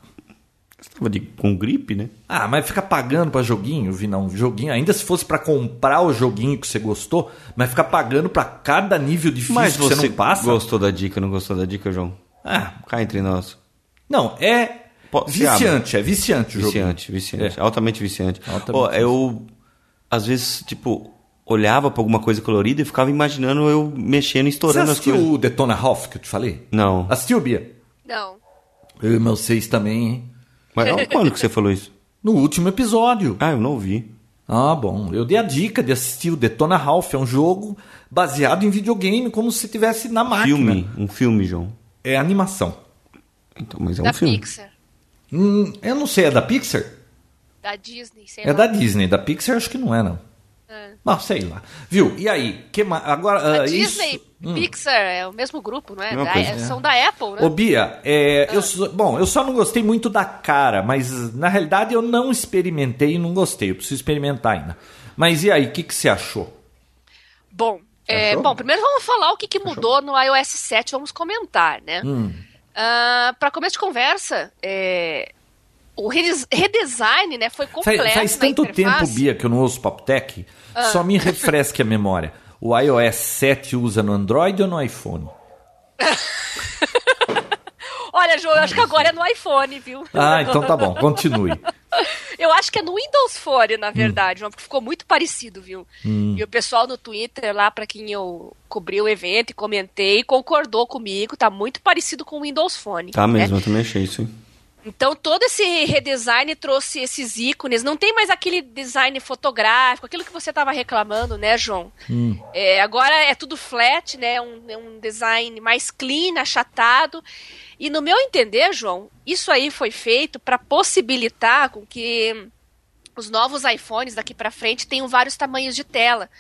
Você tava de- com gripe, né?
Ah, mas ficar pagando pra joguinho, Vinão, joguinho, ainda se fosse pra comprar o joguinho que você gostou, mas ficar pagando pra cada nível difícil
Mas
que você,
você,
não passa.
gostou da dica, não gostou da dica, João?
Ah,
Cá entre nós.
não, é
Pô, se
viciante, é viciante o jogo.
Viciante, viciante. É. Altamente viciante.
Altamente
Ó, eu, às vezes, tipo, olhava pra alguma coisa colorida e ficava imaginando eu mexendo e
Você
estourando as
assistiu
coisas.
o Detona Ralph que eu te falei?
Não.
Assistiu, Bia?
Não.
Eu e meus seis também, hein?
Mas ó, quando que você falou isso?
No último episódio.
Ah, eu não ouvi.
Ah, bom. Eu dei a dica de assistir o Detona Ralph. É um jogo baseado em videogame, como se tivesse na máquina.
Filme, um filme, João.
É animação.
Então, mas é um
da
filme.
Pixar.
Hum, eu não sei, é da Pixar?
Da Disney, sei
É
lá.
da Disney. Da Pixar acho que não é, não. Não, sei lá. Viu? E aí? Que ma... Agora,
A
ah,
Disney
isso...
e Pixar é o mesmo grupo, não é?
Mesma
Da-
coisa.
é- São da Apple, né?
Ô Bia, é,
Ah.
eu só- bom, eu só não gostei muito da cara, mas na realidade eu não experimentei e não gostei. Eu preciso experimentar ainda. Mas e aí, o que, que você achou?
Bom, é,
Achou?
bom, primeiro vamos falar o que, que mudou no iOS 7, vamos comentar, né?
Hum.
Para começo de conversa, é, o redes- redesign né, foi
Faz,
completo.
faz
na
tanto tempo,
interface. Ah.
Bia, que eu não ouço Papo Tech. Só me refresque a memória. O iOS 7 usa no Android ou no iPhone?
Olha, João, eu acho que agora é no iPhone, viu?
Ah, então tá bom, continue.
Eu acho que é no Windows Phone,
Hum.
na verdade, João, porque ficou muito parecido, viu? E o pessoal no Twitter, lá pra quem eu cobri o evento e comentei, concordou comigo, tá muito parecido com o Windows Phone.
Tá
né?
mesmo, eu também achei isso, hein?
Então todo esse redesign trouxe esses ícones, não tem mais aquele design fotográfico, aquilo que você estava reclamando, né, João? É, agora é tudo flat, né? é Um, é um design mais clean, achatado. E no meu entender, João, isso aí foi feito para possibilitar com que os novos iPhones daqui pra frente tenham vários tamanhos de tela.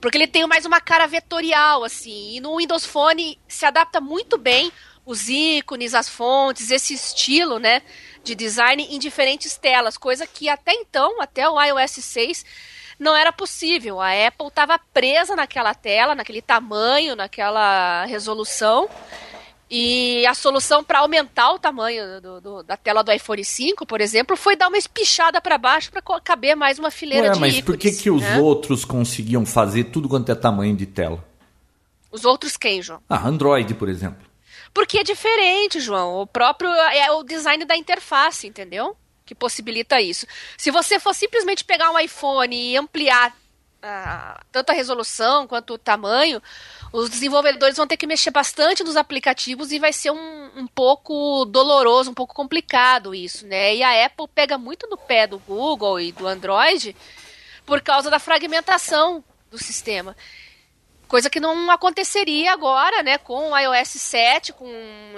Porque ele tem mais uma cara vetorial, assim. E no Windows Phone se adapta muito bem os ícones, as fontes, esse estilo, né? De design em diferentes telas. Coisa que até então, até o iOS 6, não era possível. A Apple estava presa naquela tela, naquele tamanho, naquela resolução. E a solução para aumentar o tamanho do- do- da tela do iPhone 5, por exemplo, foi dar uma espichada para baixo para caber mais uma fileira
Ué,
de
mas
ícones.
por que, que os
né?
outros conseguiam fazer tudo quanto é tamanho de tela?
Os outros quem, João?
Ah, Android, por exemplo.
Porque é diferente, João. O próprio é o design da interface, entendeu? Que possibilita isso. Se você for simplesmente pegar um iPhone e ampliar ah, tanto a resolução quanto o tamanho, os desenvolvedores vão ter que mexer bastante nos aplicativos e vai ser um, um pouco doloroso, um pouco complicado isso, né? E a Apple pega muito no pé do Google e do Android por causa da fragmentação do sistema. Coisa que não aconteceria agora, né, com o iOS 7, com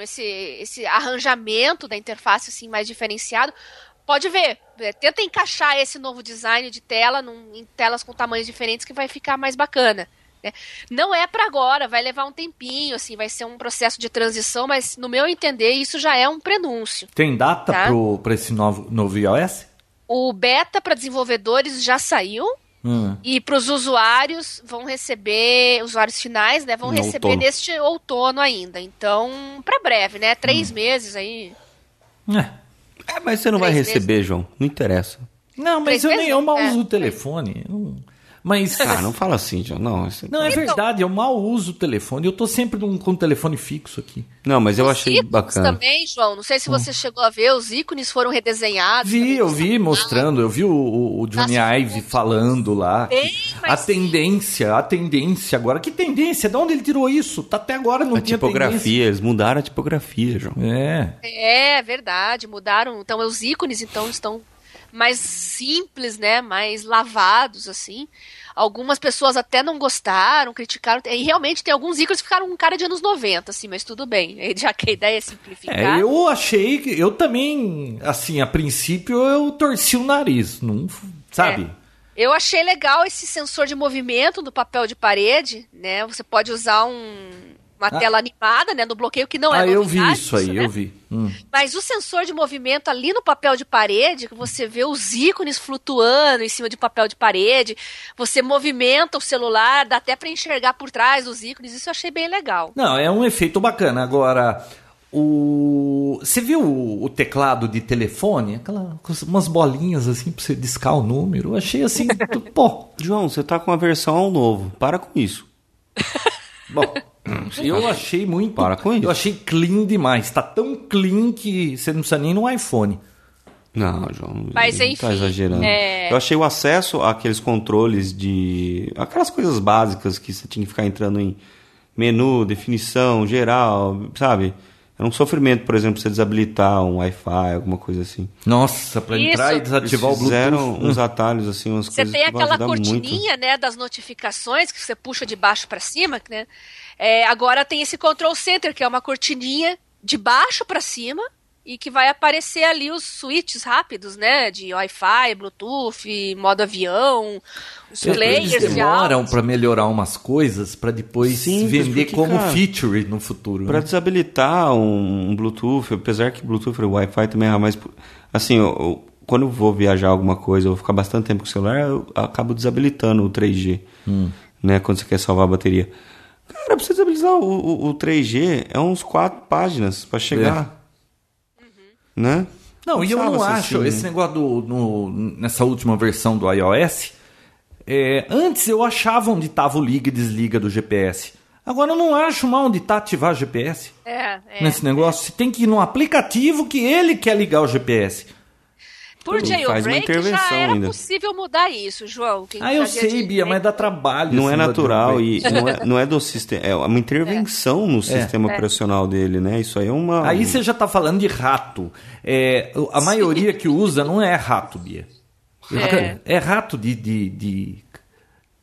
esse, esse arranjamento da interface assim mais diferenciado. Pode ver, é, tenta encaixar esse novo design de tela num- em telas com tamanhos diferentes que vai ficar mais bacana. né? Não é para agora, vai levar um tempinho, assim, vai ser um processo de transição, mas no meu entender isso já é um prenúncio.
Tem data
Tá.
pro, pra esse novo, novo iOS?
O beta para desenvolvedores já saiu,
Hum.
e para os usuários vão receber, usuários finais, né, vão
No
receber
outono.
neste outono ainda. Então, para breve, né?
Hum.
Três meses aí.
É.
É, mas você não vai
Três
receber, João. Não interessa.
Não, mas
Três
eu nem
vezes?
eu mal
É.
uso o telefone. Eu não- Mas.
Ah, não fala assim, John. Não, isso-
Não,
Então.
é verdade, eu mal uso o telefone. Eu tô sempre num- com o telefone fixo aqui.
não mas eu
Os
achei
ícones
bacana. Hum.
também, João. Não sei se você chegou a ver, os ícones foram redesenhados.
Vi,
também.
eu vi mostrando, eu vi o, o- o Johnny
Nossa,
Ive falando lá. que
Bem,
A
mas-
tendência, a tendência agora. Que tendência? De onde ele tirou isso? Tá até agora não
A
tinha
tipografia, eles mudaram a tipografia, João.
tendência. É.
É, verdade, mudaram. Então, os ícones então estão mais simples, né? Mais lavados, assim. Algumas pessoas até não gostaram, criticaram. E realmente tem alguns ícones que ficaram com cara de anos 90, assim, mas tudo bem. Já que a ideia é simplificar.
É, eu achei que. Eu também, assim, a princípio eu torci o nariz. Não, f- sabe?
É. Eu achei legal esse sensor de movimento do papel de parede, né? Você pode usar um- uma
Ah.
tela animada, né? No bloqueio, que não é
ah, eu vi
novidade
isso aí,
né?
eu vi. Hum.
Mas o sensor de movimento ali no papel de parede, que você vê os ícones flutuando em cima de papel de parede, você movimenta o celular, dá até pra enxergar por trás os ícones, isso eu achei bem legal.
Não, é um efeito bacana. Agora, o. Você viu o, o teclado de telefone? Aquela, com umas bolinhas assim pra você discar o número. Eu achei assim, pô.
João, você tá com a versão novo. Para com isso.
Bom, eu achei muito.
Para com isso.
Eu achei clean demais. Tá tão clean que você não precisa nem no iPhone.
Não, João.
Mas,
não
enfim,
Tá exagerando.
é.
Eu achei o acesso àqueles controles de. aquelas coisas básicas que você tinha que ficar entrando em menu, definição, geral, sabe? Era um sofrimento, por exemplo, você desabilitar um Wi-Fi, alguma coisa assim.
Nossa, pra entrar
Isso.
e desativar
Eles
o Bluetooth.
Fizeram uns atalhos, assim, umas
Você
coisas
tem
que vão
aquela
ajudar muito.
cortininha, né, das notificações que você puxa de baixo pra cima, né? É, agora tem esse control center que é uma cortininha de baixo pra cima e que vai aparecer ali os switches rápidos, né, de Wi-Fi, Bluetooth, modo avião, os players
Eles
de áudio.
demoram pra melhorar umas coisas pra depois
Sim,
vender
porque,
como
cara,
feature no futuro.
Pra
né?
desabilitar um, um Bluetooth, apesar que Bluetooth e Wi-Fi também é mais. Assim, eu- eu- quando eu vou viajar alguma coisa, eu vou ficar bastante tempo com o celular, eu acabo desabilitando o 3G.
Hum.
Né, quando você quer salvar a bateria. Cara, pra você desabilitar o, o- o 3G, é uns quatro páginas pra chegar. Né?
É. Não, e eu não
Pensava-se
acho
assim,
esse
né?
negócio do, no- nessa última versão do iOS. é, antes eu achava onde tava o liga e desliga do GPS. Agora eu não acho mais onde tá ativar GPS.
É, é.
Nesse negócio, você tem que ir num aplicativo que ele quer ligar o GPS.
Por
Faz uma
jailbreak já
intervenção
era
ainda.
possível mudar isso, João. Quem
Ah, eu
fazia
sei,
jailbreak-
Bia, mas dá trabalho.
Não é
esse
natural
negócio de
e não é, não é do sistema. É uma intervenção no
É.
sistema operacional dele, né? Isso aí é uma.
É. Aí você já tá falando de rato. É, o- a maioria que usa não é rato, Bia. É, é rato de, de, de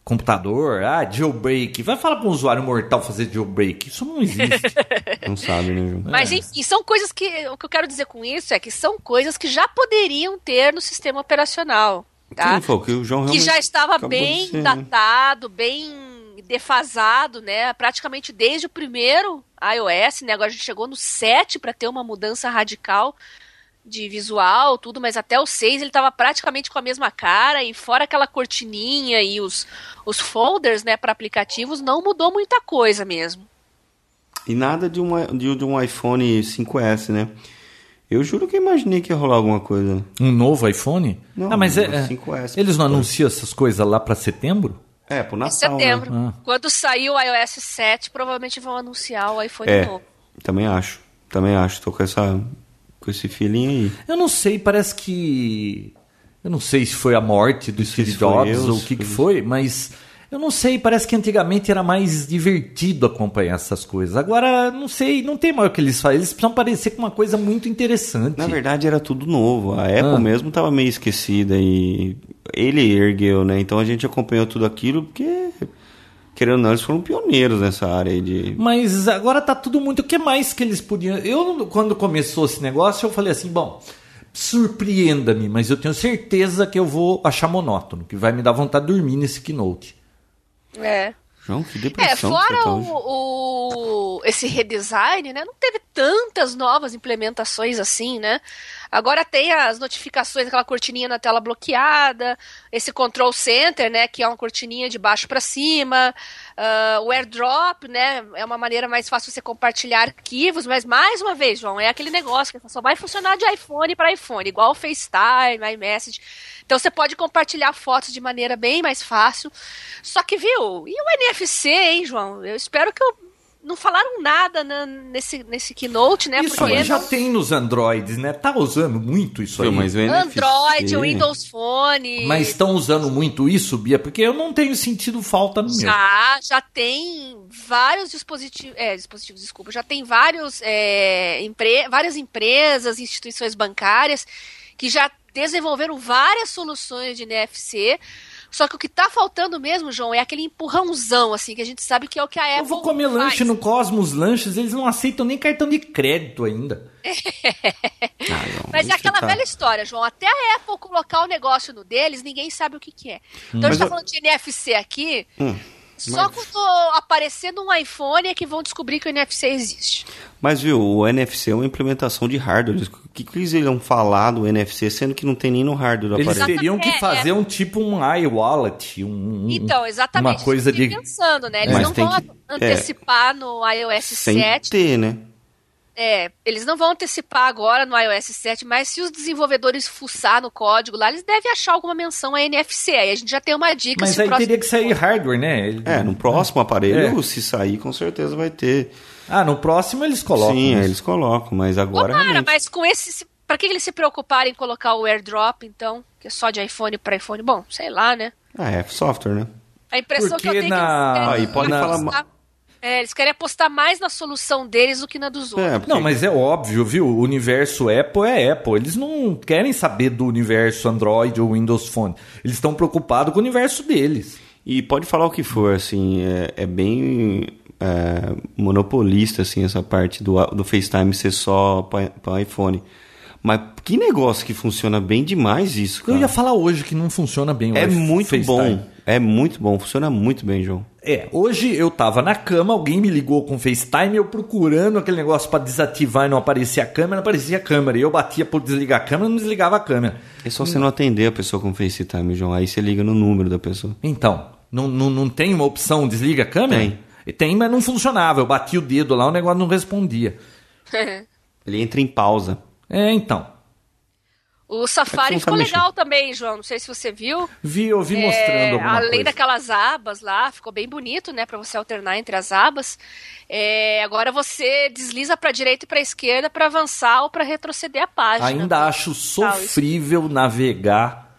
computador, ah, jailbreak. Vai falar pra um usuário mortal fazer jailbreak. Isso não existe.
Não sabe, né, João?
Mas enfim, são coisas que. O que eu quero dizer com isso é que são coisas que já poderiam ter no sistema operacional. Tá?
Sim, foi o que um o João
que
realmente
já estava
acabou de
bem
ser, né?
datado, bem defasado, né? Praticamente desde o primeiro iOS, né? Agora a gente chegou no 7 para ter uma mudança radical de visual, tudo, mas até o 6 ele estava praticamente com a mesma cara e fora aquela cortininha e os, os folders, né, para aplicativos, não mudou muita coisa mesmo.
E nada de, uma, de, de um iPhone 5S, né? Eu juro que eu imaginei que ia rolar alguma coisa.
um novo iPhone?
Não, um
ah, mas é,
o
é,
5S,
eles não anunciam essas coisas lá pra setembro?
É, pro
Em
Natal,
setembro,
né?
quando sair o iOS 7, provavelmente vão anunciar o iPhone
É,
novo.
também acho. Também acho. Tô com, essa, com esse feeling aí.
Eu não sei, parece que. Eu não sei se foi a morte do Steve
se foi
Jobs
eu,
ou o
se
que, que
foi-
foi, mas. Eu não sei, parece que antigamente era mais divertido acompanhar essas coisas. Agora, não sei, não tem mais o que eles fazem. Eles precisam parecer com uma coisa muito interessante.
Na verdade, era tudo novo. A Apple
Ah.
mesmo tava meio esquecida e ele ergueu, né? Então a gente acompanhou tudo aquilo porque, querendo ou não, eles foram pioneiros nessa área aí de...
Mas agora tá tudo muito. O que mais que eles podiam. Eu, quando começou esse negócio, eu falei assim: bom, surpreenda-me, mas eu tenho certeza que eu vou achar monótono, que vai me dar vontade de dormir nesse keynote.
É.
João, que
É,
depressão que você
fora
tá hoje.
o, o- esse redesign, né? Não teve tantas novas implementações assim, né? Agora tem as notificações, aquela cortininha na tela bloqueada, esse control center, né, que é uma cortininha de baixo para cima, ah, o airdrop, né, é uma maneira mais fácil você compartilhar arquivos, mas mais uma vez, João, é aquele negócio que só vai funcionar de iPhone para iPhone, igual o FaceTime, iMessage. Então você pode compartilhar fotos de maneira bem mais fácil. Só que, viu, e o NFC, hein, João? Eu espero que eu não falaram nada na- nesse, nesse keynote, né?
Isso aí já
não-
tem nos Androids, né? Tá usando muito isso aí.
Viu, mas o NFC
Android, Windows Phone.
Mas estão usando muito isso, Bia? Porque eu não tenho sentido falta no meu.
já, já tem vários dispositivos. É, dispositivos, desculpa. Já tem vários, é, empre- várias empresas, instituições bancárias que já desenvolveram várias soluções de NFC. Só que o que tá faltando mesmo, João, é aquele empurrãozão, assim, que a gente sabe que é o que a Apple
Eu vou comer
faz.
lanche no Cosmos Lanches, eles não aceitam nem cartão de crédito ainda.
Ah, não,
Mas
isso
é aquela
tá-
velha história, João. Até a Apple colocar o negócio no deles, ninguém sabe o que, que é. Então a
Hum. Mas
gente tá
eu-
falando de NFC aqui.
Hum.
Só
mas-
quando aparecendo um iPhone é que vão descobrir que o NFC existe.
Mas viu, o NFC é uma implementação de hardware. O que, que eles iriam falar do NFC, sendo que não tem nem no hardware do
Eles
aparelho?
teriam que
É, é.
fazer um tipo um iWallet, um, um-
Então, exatamente.
uma coisa
isso que eu
de...
fiquei pensando, né? Eles
Uhum. Mas
não
tem
vão
que- é.
antecipar no iOS
Sem
7.
ter, né?
É, eles não vão antecipar agora no iOS 7, mas se os desenvolvedores fuçar no código lá, eles devem achar alguma menção a NFC. Aí a gente já tem uma dica
Mas
se o
aí
próximo-
teria que sair hardware, né? Ele-
É, no próximo aparelho,
É.
se sair, com certeza vai ter.
Ah, no próximo eles colocam. né?
Sim,
isso.
é, eles colocam, mas agora
Tomara,
realmente.
mas com esse. se- Pra que eles se preocuparem em colocar o airdrop, então? Que é só de iPhone pra iPhone? Bom, sei lá, né?
Ah, é software, né?
A impressão
Porque
que eu tenho
na-
é que
Aí
eles querem
pode
na-
falar.
apostar-
ma-
é, eles querem apostar mais na solução deles do que na dos outros.
É, porque
Não, mas é óbvio, viu? O universo Apple é Apple. Eles não querem saber do universo Android ou Windows Phone. Eles estão preocupados com o universo deles.
E pode falar o que for, assim, é, é bem é, monopolista, assim, essa parte do, do FaceTime ser só para iPhone. Mas que negócio que funciona bem demais isso,
Eu
cara.
ia falar hoje que não funciona bem o
É
F-
muito
FaceTime.
bom. É muito bom, funciona muito bem, João.
É, hoje eu tava na cama, alguém me ligou com FaceTime, eu procurando aquele negócio pra desativar e não aparecia a câmera, não aparecia a câmera. E eu batia por desligar a câmera, não desligava a câmera.
É só
Hum.
você não atender a pessoa com FaceTime, João. Aí você liga no número da pessoa.
Então, não, não, não tem uma opção desliga a câmera? Tem. Tem, mas não funcionava. Eu bati o dedo lá, o negócio não respondia.
Ele entra em pausa.
É, então.
o
É que
Safari
não
ficou
tá mexendo.
legal também, João. Não sei se você viu.
Vi, eu vi
É,
mostrando alguma
além
coisa.
daquelas abas lá, ficou bem bonito, né, Pra você alternar entre as abas. É, agora você desliza pra direita e pra esquerda pra avançar ou pra retroceder a página.
Ainda acho sofrível navegar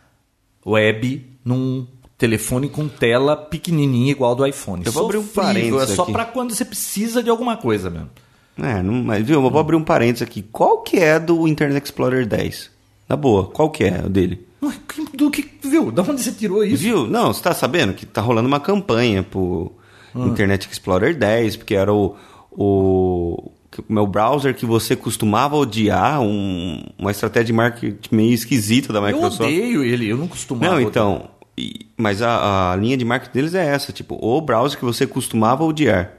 web num telefone com tela pequenininha igual do iPhone.
Eu vou abrir um
Sofrível, É
parênteses
só
aqui.
pra quando você precisa de alguma coisa mesmo.
É, não, mas viu,
Hum.
eu vou abrir um parênteses aqui. Qual que é do Internet Explorer 10? Na boa, qual que é o dele?
Ué, que- Do que viu? Da onde você tirou isso?
Viu? Não, você tá sabendo que tá rolando uma campanha pro
Hum.
Internet Explorer 10, porque era o, o que- o meu browser que você costumava odiar, um- uma estratégia de marketing meio esquisita da
Eu
Microsoft.
odeio ele, eu não costumava.
Não,
odiar.
então, e- mas a, a linha de marketing deles é essa, tipo, o browser que você costumava odiar.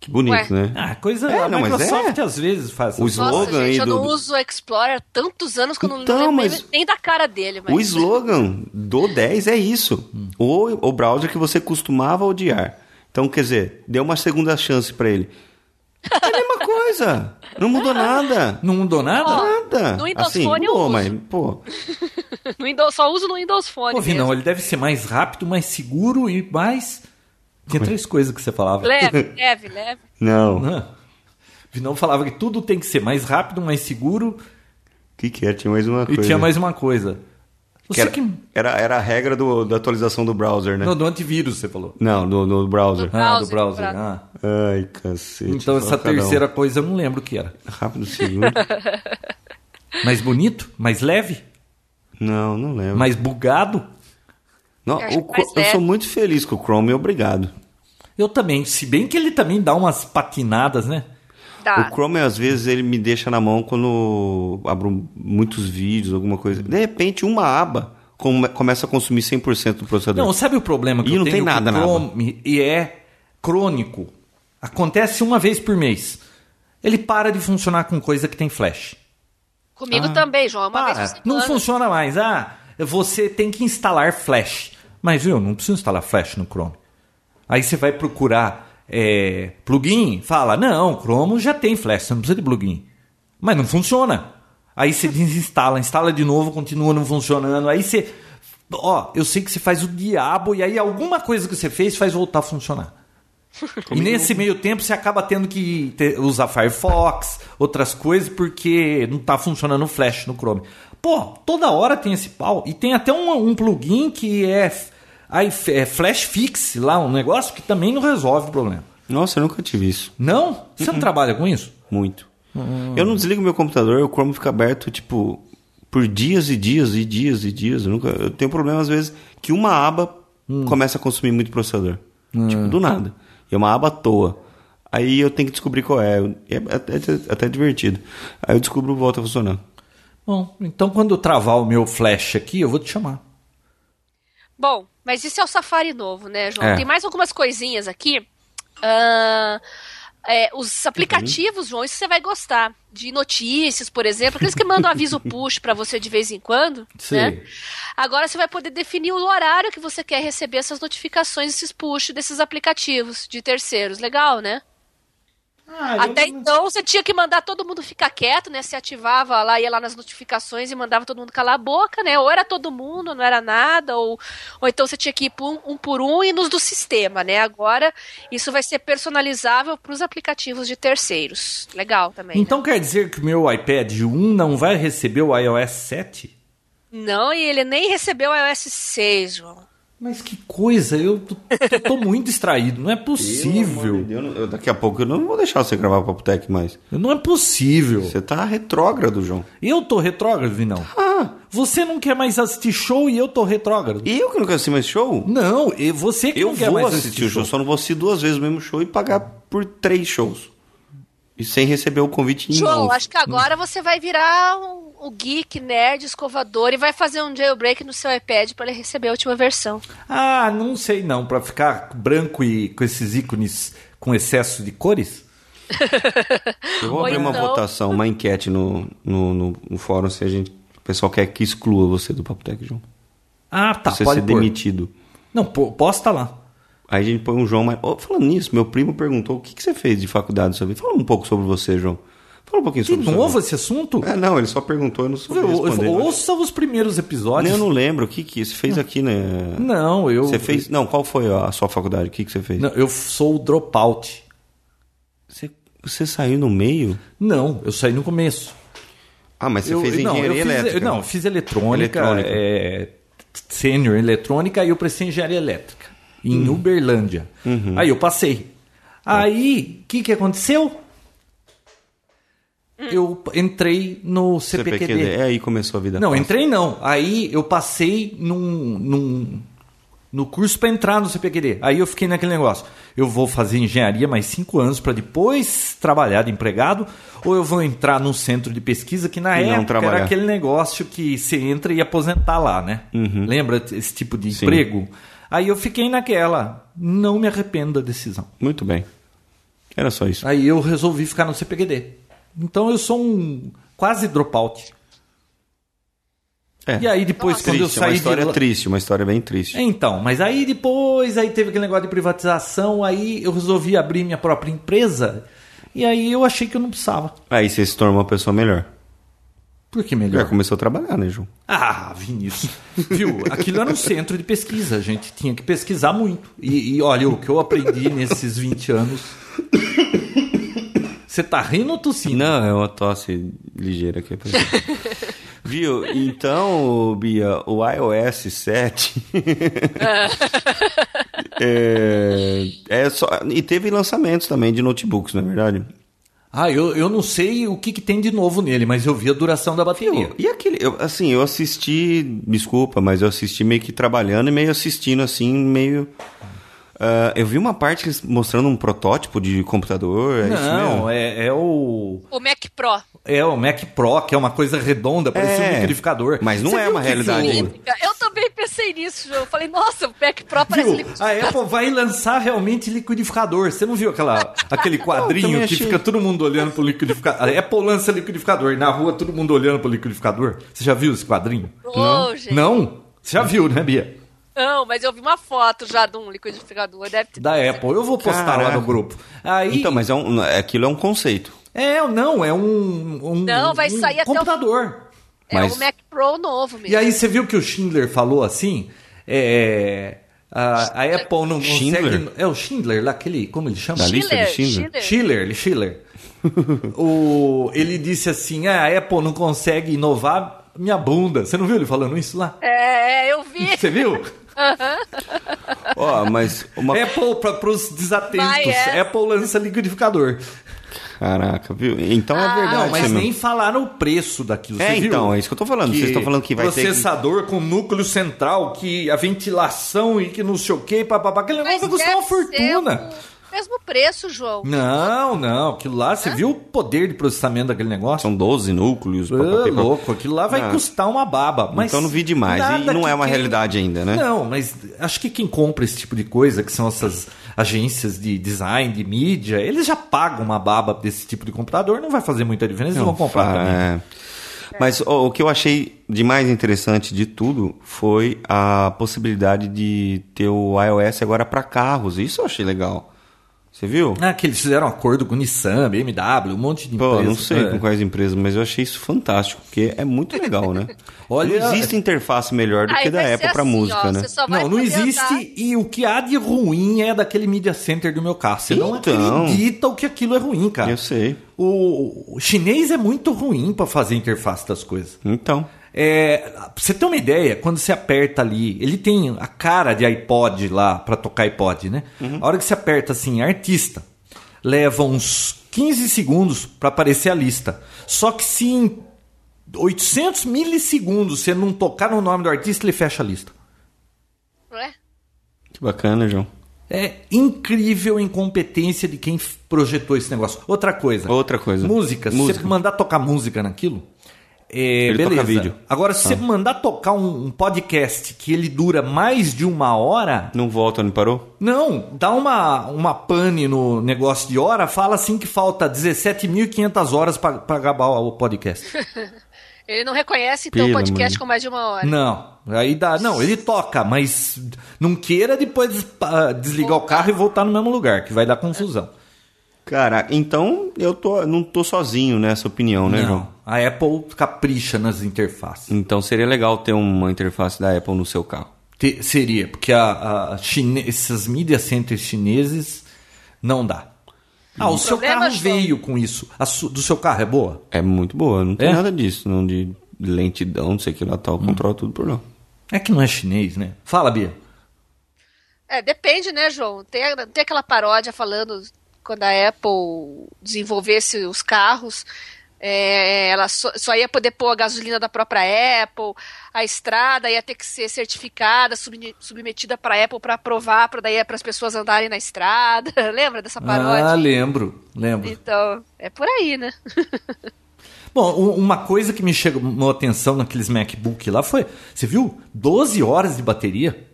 Que bonito, né?
Ah, coisa.
É,
a
não, mas
Microsoft às vezes faz.
O
essas-
slogan
Nossa,
aí
gente, eu
do-
não uso o Explorer há tantos anos que eu não
Então,
lembro nem-
mas-
nem da cara dele. Mas...
O slogan do 10 é isso.
Hum.
O, o browser que você costumava odiar. Então, quer dizer, deu uma segunda chance pra ele. É a mesma coisa. Não mudou nada.
Não mudou nada?
Nada.
no Windows
assim,
Phone eu
mudou,
uso.
mas, pô.
No Windows- só uso no Windows Phone.
Pô,
mesmo.
não, ele deve ser mais rápido, mais seguro e mais.
é?
Tinha três coisas que você falava.
Leve, leve, leve.
Não. O
Não. Né? Vinão falava que tudo tem que ser mais rápido, mais seguro
que que é? Tinha mais uma coisa.
e tinha mais uma coisa.
Que
Você
era, né?
que.
era, era a regra do, da atualização do browser, né?
Não, do antivírus, você falou.
Não, do, do browser.
ah, do browser.
Browser, do
Ah.
Ai, cacete.
Então,
só
essa
cada um.
terceira coisa eu não lembro o que era.
Rápido, seguro.
Mais bonito? Mais leve?
não, não lembro.
Mais bugado?
Não,
Eu acho
o
que
Chrome-
mais
eu
leve.
sou muito feliz com o Chrome, obrigado.
Eu também. Se bem que ele também dá umas patinadas, né?
Dá.
O Chrome, às vezes, ele me deixa na mão quando abro muitos vídeos, alguma coisa. De repente, uma aba come- começa a consumir 100% do processador.
Não, sabe o problema que
E
eu
não
tenho
tem nada
com
na
o Chrome? E é crônico. Acontece uma vez por mês. Ele para de funcionar com coisa que tem flash.
Comigo
Ah,
também, João. Uma vez por
Para,
semana.
não funciona mais. Ah, você tem que instalar Flash. Mas eu não preciso instalar Flash no Chrome. Aí você vai procurar é, plugin, fala, não, Chrome já tem Flash, você não precisa de plugin. Mas não funciona. Aí você desinstala, instala de novo, continua não funcionando. Aí você, ó, eu sei que você faz o diabo e aí alguma coisa que você fez faz voltar a funcionar. E nesse meio tempo você acaba tendo que ter- usar Firefox, outras coisas, porque não tá funcionando o Flash no Chrome. Pô, toda hora tem esse pau. E tem até um, um plugin que é, f- aí f- é Flash Fix lá, um negócio que também não resolve o problema.
Nossa, eu nunca tive isso.
Não? Você
Uhum.
não trabalha com isso?
Muito. Eu não desligo meu computador, o Chrome fica aberto, tipo, por dias e dias e dias e dias. Eu, nunca, eu tenho problema, às vezes, que uma aba começa a consumir muito processador. Tipo, do nada. E é uma aba à toa. Aí eu tenho que descobrir qual é. É, é- é até divertido. Aí eu descubro e volta a funcionar.
Bom, então quando eu travar o meu Flash aqui, eu vou te chamar.
Bom, mas isso é o Safari novo, né, João?
É.
Tem mais algumas coisinhas aqui. Ahn, é, os aplicativos, João, isso você vai gostar. De notícias, por exemplo, aqueles que mandam aviso push pra você de vez em quando.
Sim.
Né? Agora você vai poder definir o horário que você quer receber essas notificações, esses push desses aplicativos de terceiros. Legal, né?
Ah,
Até então você tinha que mandar todo mundo ficar quieto, né? Se ativava lá, ia lá nas notificações e mandava todo mundo calar a boca, né? Ou era todo mundo, não era nada, ou, ou então você tinha que ir por um, um por um e nos do sistema, né? Agora isso vai ser personalizável para os aplicativos de terceiros. Legal também. né?
Então quer dizer que o meu iPad 1 não vai receber o iOS 7?
né? Não, e ele nem recebeu o iOS 6, João.
Mas que coisa, eu tô, tô- tô muito distraído, não é possível.
Eu não- eu- daqui a pouco eu não vou deixar você gravar o Papo Tech mais.
Não é possível.
Você tá retrógrado, João.
Eu tô retrógrado, Vinão.
Ah,
Você não quer mais assistir show e eu tô retrógrado.
e eu que não quero assistir mais show?
Não, e você que
Eu
não quer
vou
mais
assistir o show, só não vou assistir duas vezes o mesmo show e pagar por três shows. E sem receber o convite em
João,
mãos.
acho que agora você vai virar um- o geek, nerd, escovador e vai fazer um jailbreak no seu iPad para ele receber a última versão.
Ah, não sei não, pra ficar branco e com esses ícones com excesso de cores?
Eu vou
Ou
abrir uma
então-
votação, uma enquete no, no, no- no fórum se a gente, o pessoal quer que exclua você do Papo Tech, João.
Ah, tá,
você
pode
ser
pôr.
demitido.
Não, pô, posta lá.
Aí a gente põe um João mais. Ô, falando nisso, meu primo perguntou o que, que você fez de faculdade sobre. Fala um pouco sobre você, João. Fala um pouquinho
De
sobre você.
novo esse assunto?
É, não, ele só perguntou, eu não soube
Eu- eu-
responder.
ouça os primeiros episódios.
eu não lembro o que, que você fez aqui, né?
Não, eu...
Você fez. Não, qual foi a sua faculdade? O que, que você fez?
Não, eu sou o dropout.
Você, você saiu no meio?
Não, eu saí no começo.
Ah, mas você
eu,
fez
não,
engenharia
eu fiz,
elétrica. né?
eu- não, eu fiz eletrônica,
Eletrônica.
é, sênior em eletrônica, e eu prestei engenharia elétrica, em
Hum.
Uberlândia.
Uhum.
Aí eu passei. Aí, o que, que aconteceu? Eu entrei no CPQD.
CPQD. É aí começou a vida.
Não,
fácil.
entrei não. Aí eu passei num, num- no curso para entrar no CPQD. Aí eu fiquei naquele negócio. Eu vou fazer engenharia mais cinco anos para depois trabalhar de empregado, ou eu vou entrar num centro de pesquisa que na
E não
época
trabalhar.
era aquele negócio que você entra e aposentar lá, né? Lembra esse tipo de
Uhum. Sim.
emprego? Aí eu fiquei naquela. Não me arrependo da decisão.
Muito bem. Era só isso.
Aí eu resolvi ficar no CPQD. Então eu sou um quase dropout.
É.
E aí depois
Triste, é
quando eu
uma
saí
história
de lá...
triste, uma história bem triste.
Então, mas aí depois, aí teve aquele negócio de privatização, aí eu resolvi abrir minha própria empresa, e aí eu achei que eu não precisava.
Aí você se torna uma pessoa melhor.
Por que
Já
melhor?
começou a trabalhar, né, João?
Ah, Vinícius. Viu? Aquilo era um centro de pesquisa, a gente tinha que pesquisar muito. E, e olha, o que eu aprendi nesses 20 anos. Você tá rindo ou tossindo?
Não, é uma tosse ligeira aqui. é pra você. Viu? Então, Bia, o iOS 7. é, é só, e teve lançamentos também de notebooks, não é verdade?
Ah, eu, eu não sei o que, que tem de novo nele, mas eu vi a duração da bateria.
E aquele. eu- assim, eu assisti. Desculpa, mas eu assisti meio que trabalhando e meio assistindo, assim, meio. ah, eu vi uma parte que eles mostrando um protótipo de computador. É isso mesmo?
não, é- é o.
O Mac Pro.
É, o Mac Pro, que é uma coisa redonda, parecia
É,
um liquidificador.
mas não é
viu
uma
que
realidade.
que o-
Eu também pensei nisso. Eu falei, nossa, o Pack Pro parece
Viu?
liquidificador.
A Apple vai lançar realmente liquidificador. Você não viu aquela, aquele quadrinho
também
que
achei.
fica todo mundo olhando pro liquidificador? A Apple lança liquidificador e na rua todo mundo olhando pro liquidificador. Você já viu esse quadrinho?
Ô, gente.
Não? Você já viu, né, Bia?
Não, mas eu vi uma foto já de um liquidificador. Deve ter.
Da Apple. Eu vou postar lá
Caraca.
no grupo. Aí,
Então, mas é um, aquilo é um conceito.
É, não, é um. um
Não, vai
um
sair até o-
computador.
É
Mas-
o Mac Pro novo mesmo.
E aí você viu que o Schindler falou assim? É, a, a Apple não consegue.
Schindler?
É o Schindler, lá aquele. Como ele chama?
Da lista? de Schindler?
Schiller,
Schiller.
Schiller. o, ele disse assim: ah, a Apple não consegue inovar minha bunda. Você não viu ele falando isso lá?
É, eu vi.
Você viu?
Ó, mas uma.
Apple para os desatentos.
Vai, é.
Apple lança liquidificador.
Caraca, viu? Então é
Ah,
verdade.
Não, mas
mesmo.
nem falaram o preço daquilo.
É,
você viu?
então, é isso que eu tô falando. Vocês estão falando que vai ter. que-
processador com núcleo central, que a ventilação e que não sei o que, papapá. Aquele negócio
Mas
vai custar uma
deve ser um-
fortuna.
o Mesmo preço, João.
Não, não. Aquilo lá, você viu o poder de processamento daquele negócio?
São 12 núcleos.
Ô,
papapá, papapá.
louco, aquilo lá vai
Ah,
custar uma baba. Mas
Então não vi demais. E
nada
não
que
é uma
quem-
realidade ainda, né?
Não, mas acho que quem compra esse tipo de coisa, que são essas agências de design, de mídia, eles já pagam uma baba desse tipo de computador, não vai fazer muita diferença, eles vão comprar
Ah,
também.
é. Mas ó, o que eu achei de mais interessante de tudo foi a possibilidade de ter o iOS agora para carros. Isso eu achei legal. Você viu?
Ah, que eles fizeram acordo com Nissan, BMW, um monte de
Pô,
empresa.
não sei
É.
com quais empresas, mas eu achei isso fantástico, porque é muito legal, né?
Olha- é.
não existe interface melhor do que da
vai ser
Apple para
assim,
música,
ó,
né?
você só vai
Não, não
poder
existe.
andar-
E o que há de ruim é daquele media center do meu carro. Você não
Então.
acredita o que aquilo é ruim, cara.
Eu sei.
O, o chinês é muito ruim pra fazer interface das coisas.
Então,
É, pra você ter uma ideia, quando você aperta ali, ele tem a cara de iPod lá pra tocar iPod, né? A hora que você aperta assim, artista, leva uns 15 segundos pra aparecer a lista. Só que se em 800 milissegundos você não tocar no nome do artista, ele fecha a lista.
Ué?
que bacana, João.
É incrível a incompetência de quem f- projetou esse negócio. Outra coisa.
Outra coisa.
Música. Se
Música.
você mandar tocar música naquilo, é,
Ele
beleza.
toca vídeo. Ah.
Agora, se você mandar tocar um, um podcast que ele dura mais de uma hora,
Não volta, não parou?
não, dá uma, uma pane no negócio de hora, fala assim que falta 17.500 horas pra pra acabar o podcast.
Ele não reconhece, então, o
Pelo
podcast
amor.
com mais de uma hora.
não. Aí dá. Não, ele toca, mas não queira depois ah, desligar o carro e voltar no mesmo lugar, que vai dar confusão.
Caraca, então eu tô, não tô sozinho nessa opinião, né, João?
Não, é, a Apple capricha nas interfaces.
Então seria legal ter uma interface da Apple no seu carro.
Te- seria, porque a, a chine- esses media centers chineses não dá. Ah, o seu
problema,
carro
João?
veio com isso. A su- do seu carro é boa?
É muito boa, não tem
É? Hum.
nada disso, não de lentidão, não sei o que lá tal, controla tudo por lá.
É que não é chinês, né? Fala, Bia.
É, depende, né, João? Tem, tem aquela paródia falando quando a Apple desenvolvesse os carros, é, ela só, só ia poder pôr a gasolina da própria Apple, a estrada ia ter que ser certificada, subne- submetida para a Apple para aprovar, para daí para as pessoas andarem na estrada. Lembra dessa
Ah,
paródia?
lembro, lembro.
então, é por aí, né?
Bom, u- uma coisa que me chamou a atenção naqueles MacBook lá foi, você viu? 12 horas de bateria.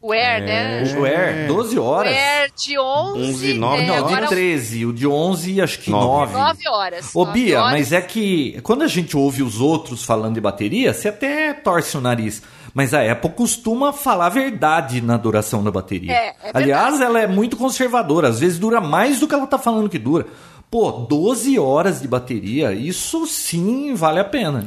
O Air, né?
O Air, 12 horas.
O Air de 11,
11, nove,
né?
não,
Não,
Agora
de 13, o de 11 acho que
Nove.
9.
9 horas.
Ô
Nove
Bia,
horas.
mas é que quando a gente ouve os outros falando de bateria, você até torce o nariz. Mas a Apple costuma falar a verdade na duração da bateria.
É, é verdade.
Aliás, ela é muito conservadora. Às vezes dura mais do que ela tá falando que dura. Pô, 12 horas de bateria, isso sim vale a pena.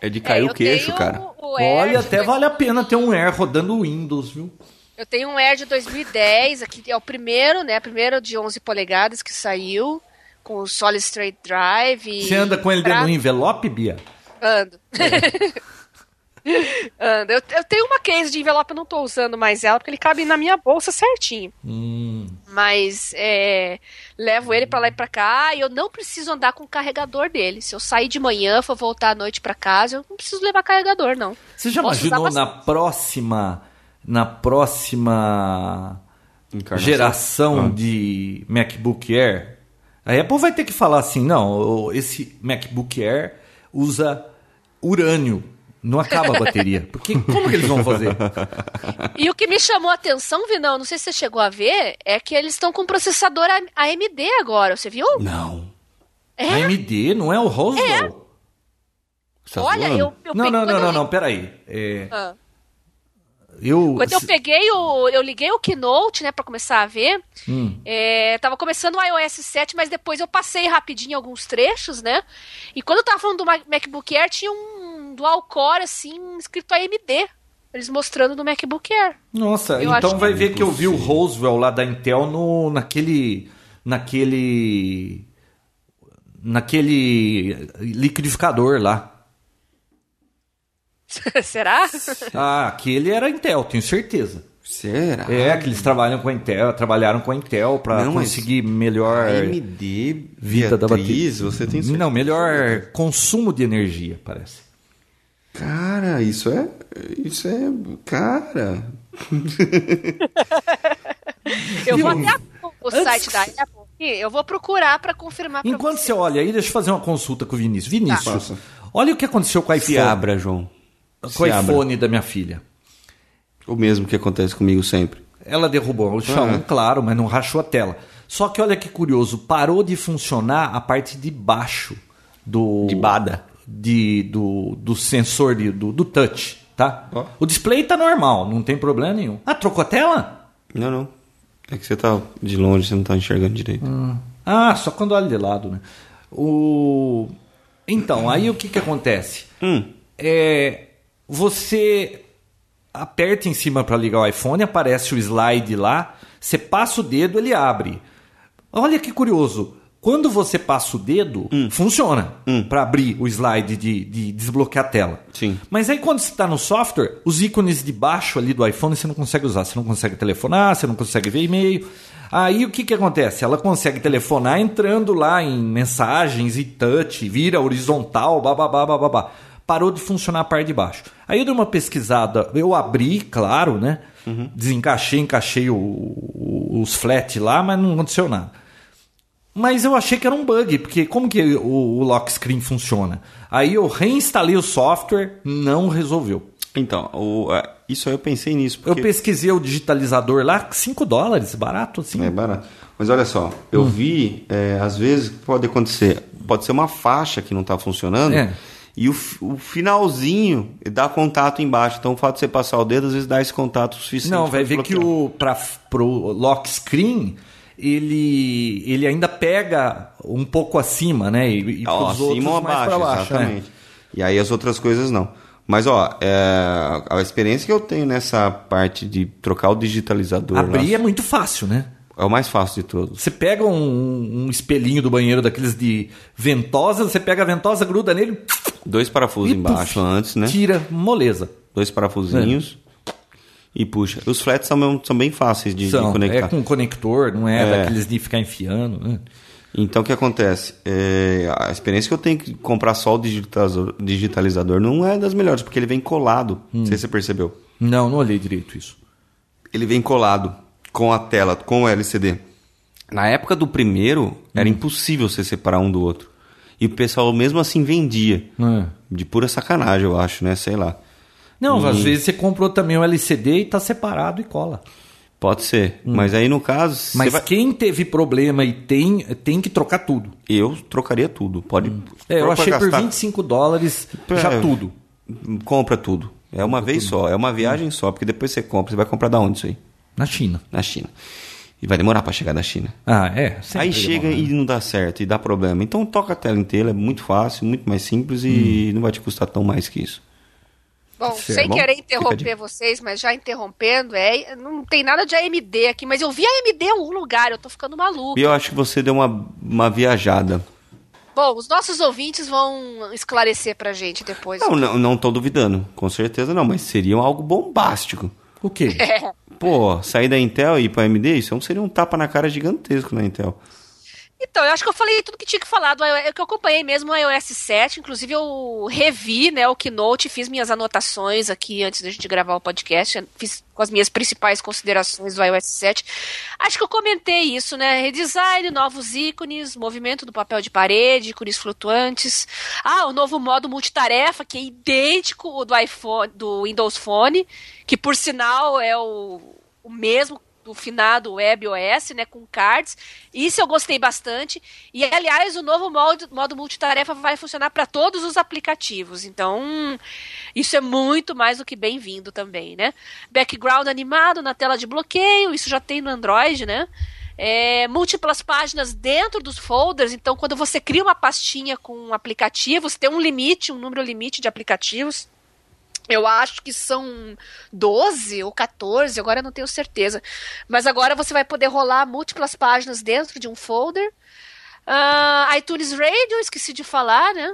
É de
É,
cair
eu
o queixo,
tenho
cara.
o Air
Olha,
de
até vale a pena ter um Air rodando Windows, viu?
Eu tenho um Air de 2010, aqui é o primeiro, né? Primeiro de 11 polegadas que saiu, com o Solid State Drive. e-
Você anda com ele dentro
pra-
do envelope, Bia?
Ando.
É.
Ando. Eu, eu tenho uma case de envelope, eu não tô usando mais ela, porque ele cabe na minha bolsa certinho.
Hum.
Mas é, levo ele pra lá e pra cá e eu não preciso andar com o carregador dele. Se eu sair de manhã, for voltar à noite pra casa, eu não preciso levar carregador, não.
Você já
Posso usar
imaginou na
bastante.
próxima. Na próxima. geração
Ah.
de MacBook Air, a Apple vai ter que falar assim, não, o- esse MacBook Air usa urânio Não acaba a bateria. Porque como que eles vão fazer?
E o que me chamou a atenção, Vinão, não sei se você chegou a ver, é que eles estão com processador A- AMD agora, você viu?
Não.
É?
AMD não é o Roswell.
Você tá
Olha,
zoando?
eu, eu
Não, não,
pe- quando
não,
eu
não,
li-
não, peraí. É,
Ah.
eu.
Quando eu
se-
peguei o. Eu liguei o Keynote, né, pra começar a ver.
Hum.
É, tava começando o iOS 7, mas depois eu passei rapidinho alguns trechos, né? E quando eu tava falando do Ma- MacBook Air, tinha um dual core, assim, escrito AMD. Eles mostrando do MacBook Air.
Nossa,
Eu acho
então
que-
vai ver que eu vi o Roswell lá da Intel no, naquele. naquele. naquele liquidificador lá.
Será?
Ah, aquele era Intel, tenho certeza.
Será?
É, que eles trabalham com a Intel, trabalharam com a Intel pra
Não, mas-
conseguir melhor
AMD,
É. vida da bateria.
Beatriz, você tem certeza?
Não, melhor consumo de energia, parece.
Cara, isso é. Isso é. Cara.
Eu vou até abrir o site da Apple. aqui, Eu vou procurar pra confirmar pra
Enquanto
você.
você olha aí, deixa eu fazer uma consulta com o Vinícius. Vinícius,
Faça.
olha o que aconteceu com o
Tá. Se
iPhone,
abra, João.
com o
Se abra.
iPhone da minha filha.
O mesmo que acontece comigo sempre.
Ela derrubou o Xiaomi,
Ah.
claro, mas não rachou a tela. Só que olha que curioso, parou de funcionar a parte de baixo do de
bada.
de- do, do sensor de- do, do touch, tá?
Ó.
O display tá normal, não tem problema nenhum. Ah, trocou a tela?
Não, não. É que você tá de longe, você não tá enxergando direito.
Ah, só quando olha de lado, né? O então aí o que que acontece?
Hum.
É, você aperta em cima para ligar o iPhone, aparece o slide lá, você passa o dedo, ele abre. Olha que curioso. Quando você passa o dedo,
Hum.
funciona para abrir o slide de, de desbloquear a tela.
Sim.
Mas aí quando você está no software, os ícones de baixo ali do iPhone você não consegue usar. Você não consegue telefonar, você não consegue ver e-mail. Aí o que, que acontece? Ela consegue telefonar entrando lá em mensagens e touch, vira horizontal, bababá, bababá. Parou de funcionar a parte de baixo. Aí eu dei uma pesquisada, eu abri, claro, né? Desencaixei, encaixei o- o- os flat lá, mas não aconteceu nada. Mas eu achei que era um bug, porque como que o, o lock screen funciona? Aí eu reinstalei o software, não resolveu.
Então, o- a- isso aí eu pensei nisso.
Eu
Porque
pesquisei o digitalizador lá, 5 dólares, barato assim.
É barato. Mas olha só,
Hum.
eu vi, é, às vezes pode acontecer, pode ser uma faixa que não tá funcionando
É.
e o, fi- o finalzinho dá contato embaixo. Então o fato de você passar o dedo às vezes dá esse contato suficiente.
não, vai
pra
ver que
bloquear.
o pra, pro lock screen ele, ele ainda pega um pouco acima, né? E, e
Ó,
pros outros
acima ou
mais
abaixo,
pra baixo, né?
exatamente. E aí as outras coisas não. Mas ó, é, a experiência que eu tenho nessa parte de trocar o digitalizador lá,
Abrir é muito fácil, né?
é o mais fácil de todos.
Você pega um, um espelhinho do banheiro daqueles de ventosa, você pega a ventosa, gruda nele,
Dois parafusos
E puf,
embaixo antes, né?
tira, moleza.
Dois parafusinhos e puxa. Os flats são, mesmo- são bem fáceis de, de
É. São,
conectar.
É com conector, não é,
É.
daqueles de ficar enfiando. né?
Então o que acontece? É, a experiência que eu tenho que comprar só o digitalizador, digitalizador não é das melhores, porque ele vem colado. Não
Hum.
sei se você percebeu.
Não, não olhei direito isso.
Ele vem colado com a tela, com o LCD. Na época do primeiro,
Hum.
era impossível você separar um do outro. E o pessoal mesmo assim vendia. De pura sacanagem, eu acho, né? Sei lá.
Não, às vezes você comprou também o LCD e tá separado e cola.
Pode ser. Mas aí no caso.
Hum.
você
Mas
vai-
quem teve problema e tem, tem que trocar tudo.
Eu trocaria tudo. Pode.
É, eu
pra
achei por
gastar,
25 dólares já
É.
tudo.
Compra tudo. É uma vez só, é uma viagem só, porque depois você compra. Você vai comprar da onde isso aí?
Na China.
Na China. E vai demorar pra chegar da China.
Ah, é. sempre
aí chega
demora.
e não dá certo, e dá problema. Então toca a tela inteira, é muito fácil, muito mais simples e não vai te custar tão mais que isso.
Bom,
Sim,
sem
bom,
querer
fica de-
interromper vocês, mas já interrompendo, é, não tem nada de AMD aqui, mas eu vi AMD em algum lugar, eu tô ficando maluco.
E eu acho que você deu uma, uma viajada.
Bom, os nossos ouvintes vão esclarecer pra gente depois.
Não, não, não tô duvidando, com certeza não, mas seria algo bombástico.
O quê?
É.
É.
um Pô, sair da Intel e ir pra AMD, isso seria um tapa na cara gigantesco na Intel.
Então, eu acho que eu falei tudo que tinha que falar do iOS, que eu acompanhei mesmo o iOS 7, inclusive eu revi, né, o Keynote, fiz minhas anotações aqui antes da gente gravar o podcast, fiz com as minhas principais considerações do iOS 7. Acho que eu comentei isso, né, redesign, novos ícones, movimento do papel de parede, ícones flutuantes. Ah, o novo modo multitarefa, que é idêntico ao do iPhone, do Windows Phone, que por sinal é o, o mesmo do finado WebOS, né, com cards. Isso eu gostei bastante. E aliás, o novo modo, modo multitarefa vai funcionar para todos os aplicativos. Então, hum, isso é muito mais do que bem-vindo também, né? Background animado na tela de bloqueio, isso já tem no Android, né? É, múltiplas páginas dentro dos folders. Então, quando você cria uma pastinha com aplicativos, tem um limite, um número limite de aplicativos. Eu acho que são 12 ou 14, agora eu não tenho certeza. Mas agora você vai poder rolar múltiplas páginas dentro de um folder. Uh, iTunes Radio, esqueci de falar, né?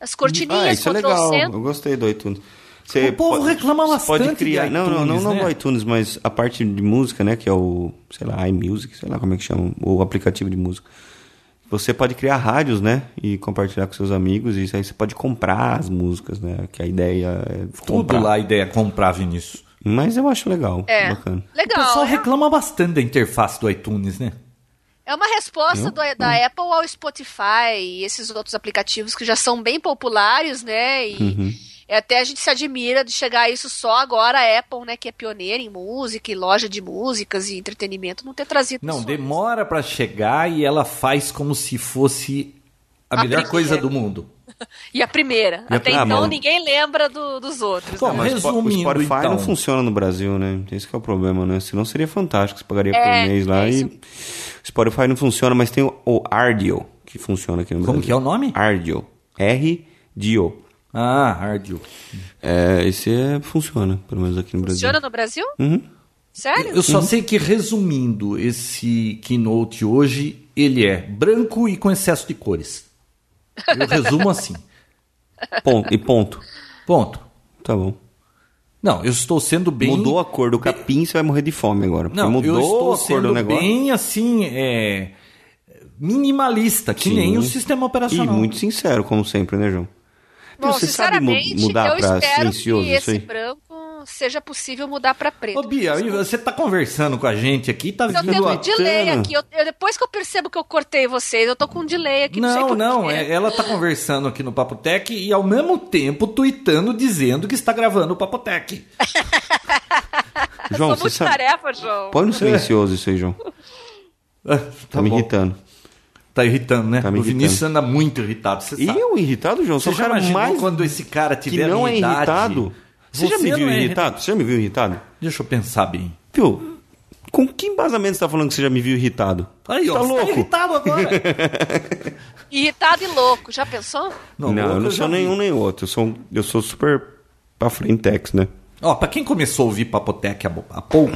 As cortininhas,
Ah, isso é
Ctrl+C.
legal. Eu gostei do iTunes. Você
O povo
pode-
reclama
você
bastante de
não, não, não,
iTunes,
não
né?
do iTunes, mas a parte de música, né? Que é o, sei lá, iMusic, sei lá como é que chama, o aplicativo de música. Você pode criar rádios, né? E compartilhar com seus amigos. E isso aí você pode comprar as músicas, né? Que a ideia é comprar.
Tudo lá a ideia é comprar, Vinícius.
Mas eu acho legal.
É.
Bacana.
o pessoal
Legal. é-
reclama bastante da interface do iTunes, né?
É uma resposta do- da
Hum.
Apple ao Spotify e esses outros aplicativos que já são bem populares, né? E
Uhum.
e até a gente se admira de chegar a isso só agora a Apple, né, que é pioneira em música e loja de músicas e entretenimento, não ter trazido
Não,
isso
demora pra chegar e ela faz como se fosse a,
A
melhor
primeira.
coisa do mundo.
antes. E a primeira.
E a
até
primeira.
então
Ah, mas-
ninguém lembra do- dos outros.
Bom,
né?
Mas o Spo-
Resumindo,
o Spotify
então.
não funciona no Brasil, né? Esse que é o problema, né? Senão seria fantástico, você pagaria
É,
por mês lá
é
e...
isso.
O Spotify não funciona, mas tem o, o Ardio, que funciona aqui no
Como
Brasil.
que é o nome?
Ardio. R-D-O.
Ah, Ardio.
É, esse é, funciona, pelo menos aqui no
Funciona
Brasil.
no Brasil?
Uhum.
Sério?
Eu só sei que, resumindo, esse keynote hoje, ele é branco e com excesso de cores. Eu resumo assim.
Ponto, e ponto.
Ponto.
Tá bom.
Não, eu estou sendo bem...
Mudou a cor do capim, você vai morrer de fome agora. porque
Não,
mudou
eu estou
a cor
sendo
do negócio.
bem, assim, é, minimalista, que
Sim.
nem o sistema
E
operacional.
muito sincero, como sempre, né, João?
Bom,
você sabe mu-
sinceramente,
mudar
eu
pra
espero
silencioso
que
isso
esse
aí?
branco seja possível mudar para preto.
Ô, Bia, e você tá conversando com a gente aqui, tá
Mas eu tenho
vindo...
um
a-
Bacana.
delay aqui. Eu- eu- depois que eu percebo que eu cortei vocês, eu tô com um delay aqui. Não, sei
Não,
porquê.
não, é- ela tá conversando aqui no Papotec e ao mesmo tempo tweetando dizendo que está gravando o Papotec.
João,
Sou
você sabe...
multitarefa, João.
Põe no silencioso isso aí, João.
Ah,
Tá me
bom.
irritando.
Tá irritando, né?
Tá me
o Vinícius anda muito irritado, você
E
sabe.
eu irritado, João? Sou
Você
o
já
cara
imaginou
mais
quando esse cara
que
tiver a
não
minha
é
idade?
irritado. Você, já me
não
viu
é
irritado? Você já me viu irritado?
Deixa eu pensar bem.
Viu? Com que embasamento você tá falando que você já me viu irritado?
Aí,
Você
ó,
tá
você
louco?
tá irritado agora.
Irritado e louco. Já pensou?
Não, eu não
já
sou
vi.
nenhum nem outro. Eu sou, um, eu sou super pra frentex, né?
Ó, pra quem começou a ouvir Papotec há, bo- há pouco,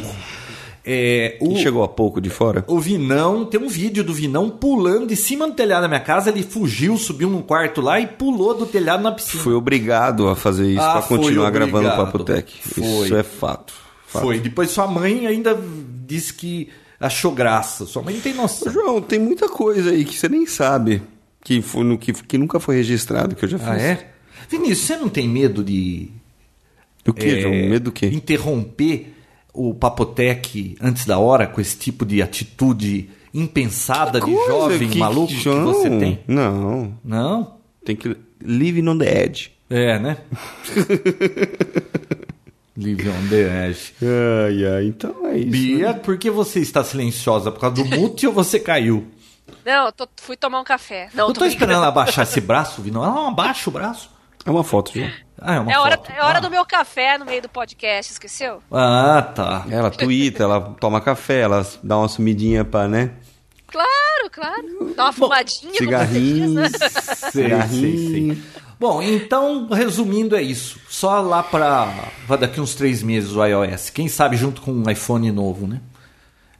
é, o,
E chegou há pouco de fora?
o Vinão, tem um vídeo do Vinão pulando de cima do telhado da minha casa, ele fugiu, subiu num quarto lá e pulou do telhado na piscina.
Fui obrigado a fazer isso
Ah,
pra continuar
foi
gravando o
obrigado.
Papotec. Isso
Foi.
é fato. fato.
Foi. Depois sua mãe ainda disse que achou graça. Sua mãe não tem
Ô,
noção.
João, tem muita coisa aí que você nem sabe. Que, foi no, que, que nunca foi registrado, que eu já fiz.
Ah, é? Vinícius, você não tem medo de
Do que,
é,
João? Medo do quê?
interromper o Papotec antes da hora com esse tipo de atitude impensada de
Coisa
jovem maluco que
João,
você tem?
Não.
Não?
Tem que. Living on the edge.
É, né? Live on the edge.
Ai, ai, então é isso.
um Bia, por que você está silenciosa? Por causa do mute ou você caiu?
Não, eu tô- fui tomar um café. Não,
Eu
tô
tô
brincando.
esperando ela abaixar esse braço, Vinão. Ela não abaixa o braço.
É uma foto, João.
Ah, é uma
É hora,
foto.
é hora
Ah.
do meu café no meio do podcast, esqueceu?
Ah, tá.
Ela tuita, ela toma café, ela dá uma sumidinha pra, né?
Claro, claro. Dá uma fumadinha.
Cigarrinho. Cigarrinho.
Ah, Bom, então, resumindo, é isso. Só lá pra, pra daqui uns três meses o iOS. Quem sabe junto com um iPhone novo, né?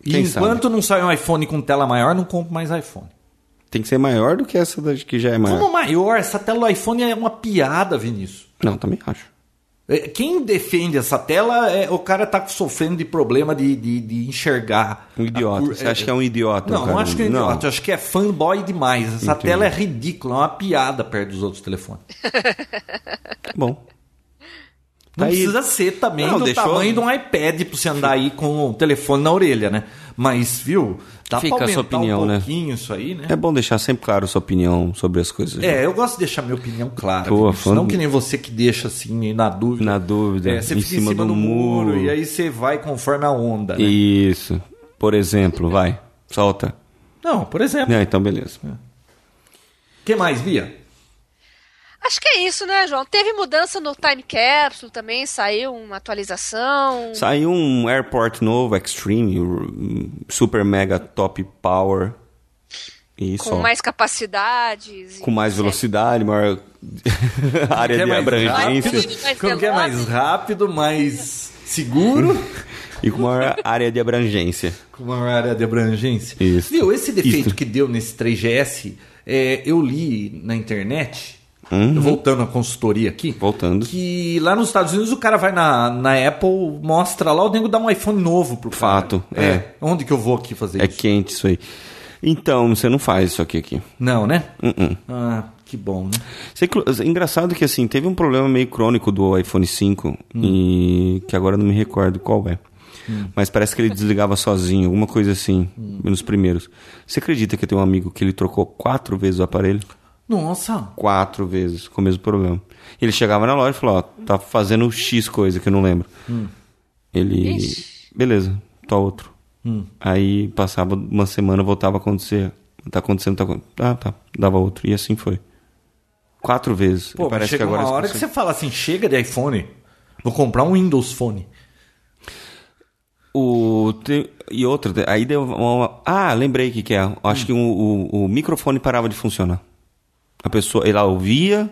E
Quem
enquanto não sair um iPhone com tela maior, não compro mais iPhone.
Tem que ser maior do que essa da- que já é maior.
Como maior, essa tela do iPhone é uma piada, Vinícius. É,
Não, também acho.
Quem defende essa tela, é, o cara tá sofrendo de problema de, de, de enxergar.
Um
a
idiota.
cur-
Você acha que é um idiota?
Ah, Não,
cara?
não acho que é
Não.
idiota, acho que é fanboy demais. Essa
Entendi.
tela é ridícula, é uma piada perto dos outros telefones.
Bom. Tá
Não
Aí-
precisa ser também
Não,
do
deixou-
tamanho de um iPad pra você andar aí com o telefone na orelha, né? Mas, viu, dá
Fica a
pra
sua
aumentar
opinião,
um
né?
pouquinho isso aí, né?
É bom deixar sempre claro sua opinião sobre as coisas.
É, eu gosto de deixar minha opinião clara.
Pô,
Vinícius.
falando-
Não que nem você que deixa assim na dúvida.
Na dúvida,
É, você
em
fica
cima
em cima
do
do, muro,
muro.
e aí você vai conforme a onda. né?
Isso. Por exemplo, vai. Solta.
Não, por exemplo. O
É, então beleza.
que mais, Bia?
Acho que é isso, né, João? Teve mudança no Time Capsule também, saiu uma atualização.
Saiu um airport novo, Extreme, um super mega top power. E
com
só.
mais É. capacidades.
Com mais velocidade, maior área
Quer
de
É mais
abrangência.
rápido? Mais
Como que é
veloz?
mais rápido, mais seguro,
E com maior área de abrangência.
com uma área de abrangência.
Isso.
Viu, esse defeito
Isso.
que deu nesse 3GS, é, eu li na internet, voltando à consultoria aqui,
Uhum. Voltando.
que lá nos Estados Unidos o cara vai na, na Apple, mostra lá, o nego dá um iPhone novo pro cara.
Fato, é.
Onde que eu vou aqui fazer
É
isso?
quente isso aí. Então, você não faz isso aqui. aqui.
Não, né?
Uh-uh.
Ah, que bom, né?
Você clu- Engraçado que assim, teve um problema meio crônico do iPhone 5, e que agora eu não me recordo qual é. Mas parece que ele desligava sozinho, alguma coisa assim, nos primeiros. Você acredita que eu tenho um amigo que ele trocou quatro vezes o aparelho?
Nossa,
Quatro vezes, com o mesmo problema. Ele chegava na loja e falou, ó, tá fazendo X coisa que eu não lembro.
Hum.
Ele. Beleza, tá outro.
Hum.
Aí passava uma semana, voltava a acontecer. Tá acontecendo, tá acontecendo. Ah, tá. Dava outro. E assim foi. Quatro vezes.
pô,
E
parece chega uma
as
hora que
pessoas-
você fala assim, chega de iPhone, vou comprar um Windows Phone.
O, te- e outra, te- aí deu uma... Ah, lembrei o que que é.
Hum.
Acho que o, o- o microfone parava de funcionar. A pessoa, ela ouvia,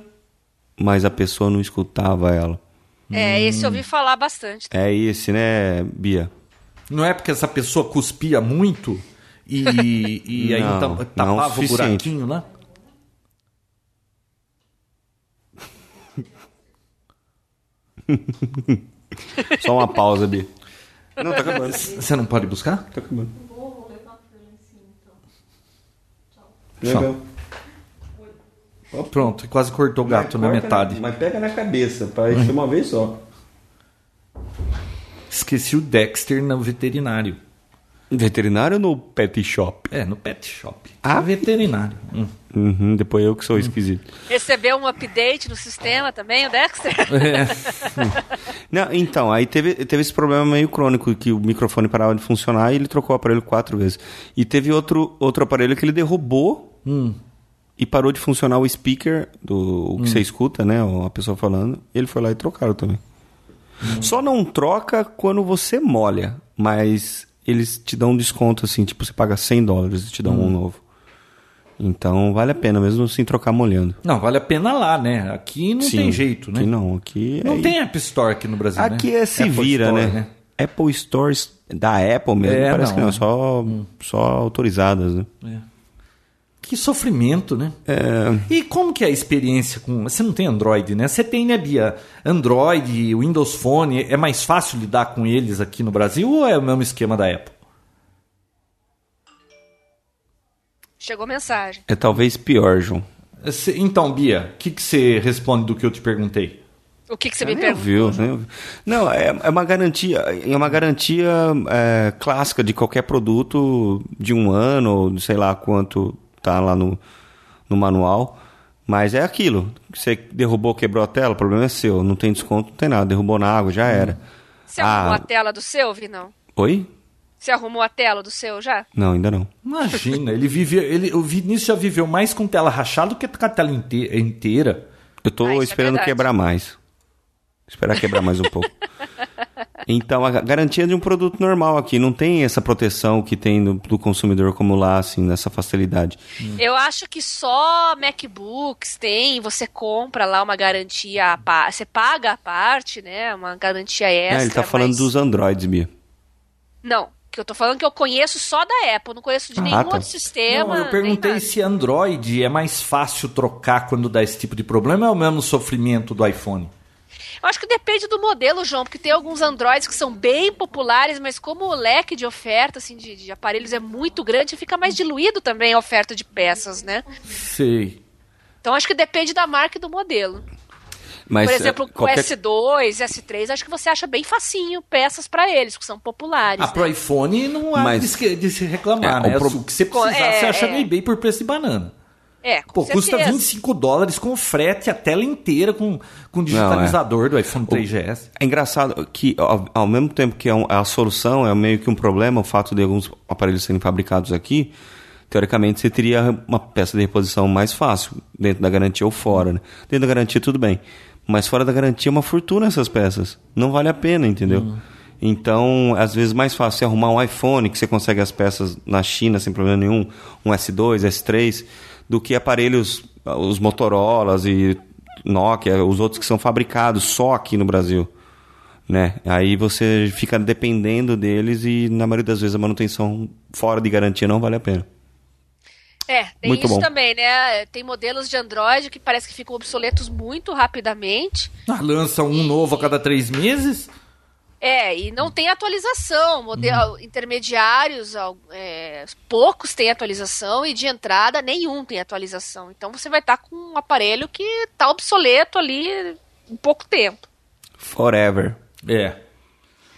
mas a pessoa não escutava ela. Hum.
É, esse eu ouvi falar bastante.
É esse, né, Bia?
Não é porque essa pessoa cuspia muito e, e aí
Não,
tam-
não é
tapava o
suficiente.
buraquinho né? lá?
Só uma pausa, Bia. Não, tá acabando.
Você não pode buscar?
Tá acabando. Ah,
Pronto, quase cortou o gato na metade.
É, Mas pega na cabeça, para ser uma vez só.
Esqueci o Dexter no veterinário.
Veterinário no pet shop?
É, no pet shop.
Ah.
veterinário. Hum.
Uhum, depois eu que sou esquisito.
Recebeu um update no sistema também, o Dexter?
É.
Não, então, aí teve, teve esse problema meio crônico que o microfone parava de funcionar e ele trocou o aparelho quatro vezes. E teve outro, outro aparelho que ele derrubou
Hum.
e parou de funcionar o speaker, do, o que você escuta, né? o- A pessoa falando. E ele foi lá e trocaram também.
Hum.
Só não troca quando você molha, mas eles te dão um desconto assim, tipo, você paga 100 dólares e te dão um
Hum.
novo. Então vale a pena, mesmo sem trocar molhando.
Não, vale a pena lá, né? Aqui não
Sim,
tem jeito, né?
Aqui não, aqui
Não
é
tem App Store aqui no Brasil,
Aqui
né?
é se
Apple
vira,
Store,
né? Apple Stores da Apple mesmo,
É,
parece que
não,
não,
né?
só, só autorizadas, né?
Que sofrimento, né? E como que é a experiência com... Você não tem Android, né? Você tem, né, Bia? Android, Windows Phone, é mais fácil lidar com eles aqui no Brasil ou é o mesmo esquema da Apple?
Chegou mensagem.
É talvez pior, João.
Você- Então, Bia, o que, que você responde do que eu te perguntei?
O que, que você
Você
me
nem
perguntou?
ouviu, nem ouviu. Não, é, é uma garantia, é uma garantia é, clássica de qualquer produto de um ano, ou de sei lá quanto tá lá no, no manual. Mas é aquilo. Você derrubou, quebrou a tela, o problema é seu. Não tem desconto, não tem nada. Derrubou na água, já era.
Você arrumou
Ah.
a tela do seu, Vinão?
Oi?
Você arrumou a tela do seu já?
Não, ainda não.
Imagina, ele vivia, ele, o Vinícius já viveu mais com tela rachada do que com a tela inte- inteira.
Eu tô
Ah, isso é
esperando
verdade.
quebrar mais. Esperar quebrar mais um pouco. Então, a garantia de um produto normal aqui. Não tem essa proteção que tem do, do consumidor como lá, assim, nessa facilidade.
Eu acho que só MacBooks tem, você compra lá uma garantia, à pa- você paga a parte, né? Uma garantia
Ah,
extra.
ele tá falando
mas-
dos Androids, Bia.
Não, que eu tô falando que eu conheço só da Apple, não conheço de
Ah,
nenhum
tá.
outro sistema.
Não, eu
nem
perguntei
nada.
se Android é mais fácil trocar quando dá esse tipo de problema ou é o mesmo sofrimento do iPhone?
Eu acho que depende do modelo, João, porque tem alguns Androids que são bem populares, mas como o leque de oferta assim, de, de aparelhos é muito grande, fica mais diluído também a oferta de peças, né?
Sei.
Então acho que depende da marca e do modelo.
Mas,
Por exemplo,
eh, qualquer-
o S2, S3, acho que você acha bem facinho peças pra eles, que são populares.
Ah, pro iPhone não há
é Mas-
de, se, de se reclamar,
É,
né?
o pro-
O que você precisar,
É,
você acha
é.
no eBay por preço de banana.
É, com
Pô, custa
certeza.
25 dólares com frete, a tela inteira com, com digitalizador do iPhone 3GS.
É engraçado que, ao, ao mesmo tempo que é um- a solução é meio que um problema, o fato de alguns aparelhos serem fabricados aqui, teoricamente você teria uma peça de reposição mais fácil, dentro da garantia ou fora. Né? Dentro da garantia, tudo bem. Mas fora da garantia é uma fortuna essas peças. Não vale a pena, entendeu? Então, às vezes, mais fácil você arrumar um iPhone, que você consegue as peças na China sem problema nenhum, um S2, S3, do que aparelhos, ah, os Motorolas e Nokia, os outros que são fabricados só aqui no Brasil né? Aí você fica dependendo deles e na maioria das vezes a manutenção fora de garantia não vale a pena.
É, tem
Muito
isso
bom.
também, né? Tem modelos de Android que parece que ficam obsoletos muito rapidamente.
Ah, lança um novo a cada três meses?
É, e não tem atualização.
Uhum.
Modelo, Intermediários, al- é, poucos têm atualização e de entrada nenhum tem atualização. Então você vai estar com um aparelho que está obsoleto ali em pouco tempo.
Forever.
É.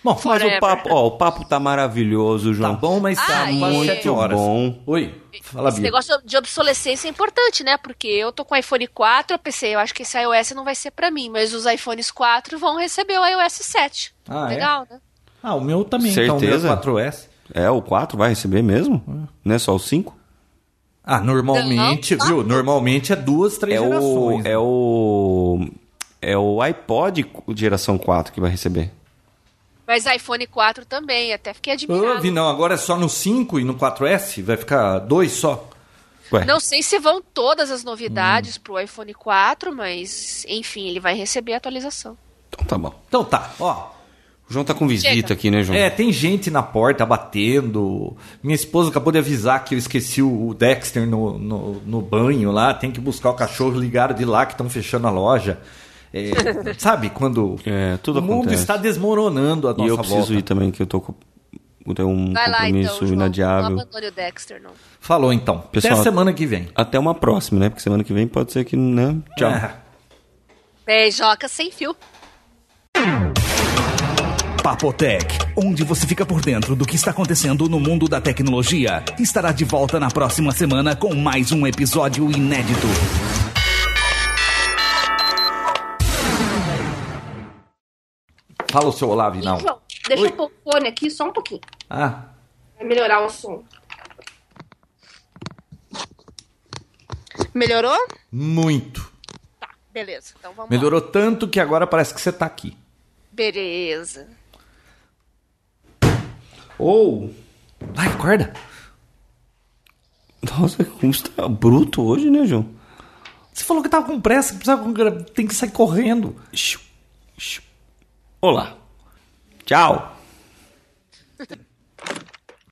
Bom,
Mas
Forever.
o papo, ó, o papo tá maravilhoso,
tá
João.
bom, mas tá
Ah,
umas
e-
sete horas.
bom.
Oi, fala,
Esse
Bia.
negócio de obsolescência é importante, né? Porque eu tô com iPhone 4, eu pensei, eu acho que esse iOS não vai ser pra mim, mas os iPhones 4 vão receber o iOS 7.
Ah, é?
Legal, né?
Ah, o meu também, tá,
Certeza?
o meu 4S.
É, o 4 vai receber mesmo? Não é só o 5?
Ah, normalmente,
Não,
viu? Normalmente é duas, três
É o,
gerações. né?
é o. É o iPod geração 4 que vai receber.
Mas iPhone 4 também, até fiquei
Ah,
admirado.
vi, não, agora é só no 5 e no 4S? Vai ficar dois só?
Ué,
Não sei se vão todas as novidades
Hum.
pro iPhone 4, mas enfim, ele vai receber a atualização.
então tá bom.
Então tá, ó.
O João tá com visita
Chega.
aqui, né, João?
É, tem gente na porta batendo. Minha esposa acabou de avisar que eu esqueci o Dexter no, no, no banho lá. Tem que buscar o cachorro. Ligaram de lá que estão fechando a loja. É, sabe quando
É, tudo
o mundo
acontece.
está desmoronando a nossa
e eu preciso
volta.
ir também, que eu tô com. Eu tenho um
Vai lá então,
compromisso
João.
inadiável.
Não abandone o Dexter, não.
Falou então.
Pessoal-
Até semana que vem.
Até uma próxima, né? Porque semana que vem pode ser que, né? Tchau.
Ah,
Beijoca sem fio.
Tá.
Papotec, onde você fica por dentro do que está acontecendo no mundo da tecnologia, estará de volta na próxima semana com mais um episódio inédito.
fala o seu olá, Vinal.
João, deixa
Oi.
eu pôr o fone aqui só um pouquinho.
Ah,
Vai melhorar o som.
Melhorou?
muito.
Tá, beleza. Então vamos
Melhorou tanto que agora parece que você tá aqui.
lá. Beleza.
Ou.
Ai, acorda.
Nossa, como você tá bruto hoje, né, João?
Você falou que tava com pressa, que precisava com- tem que sair correndo.
Olá. Tchau.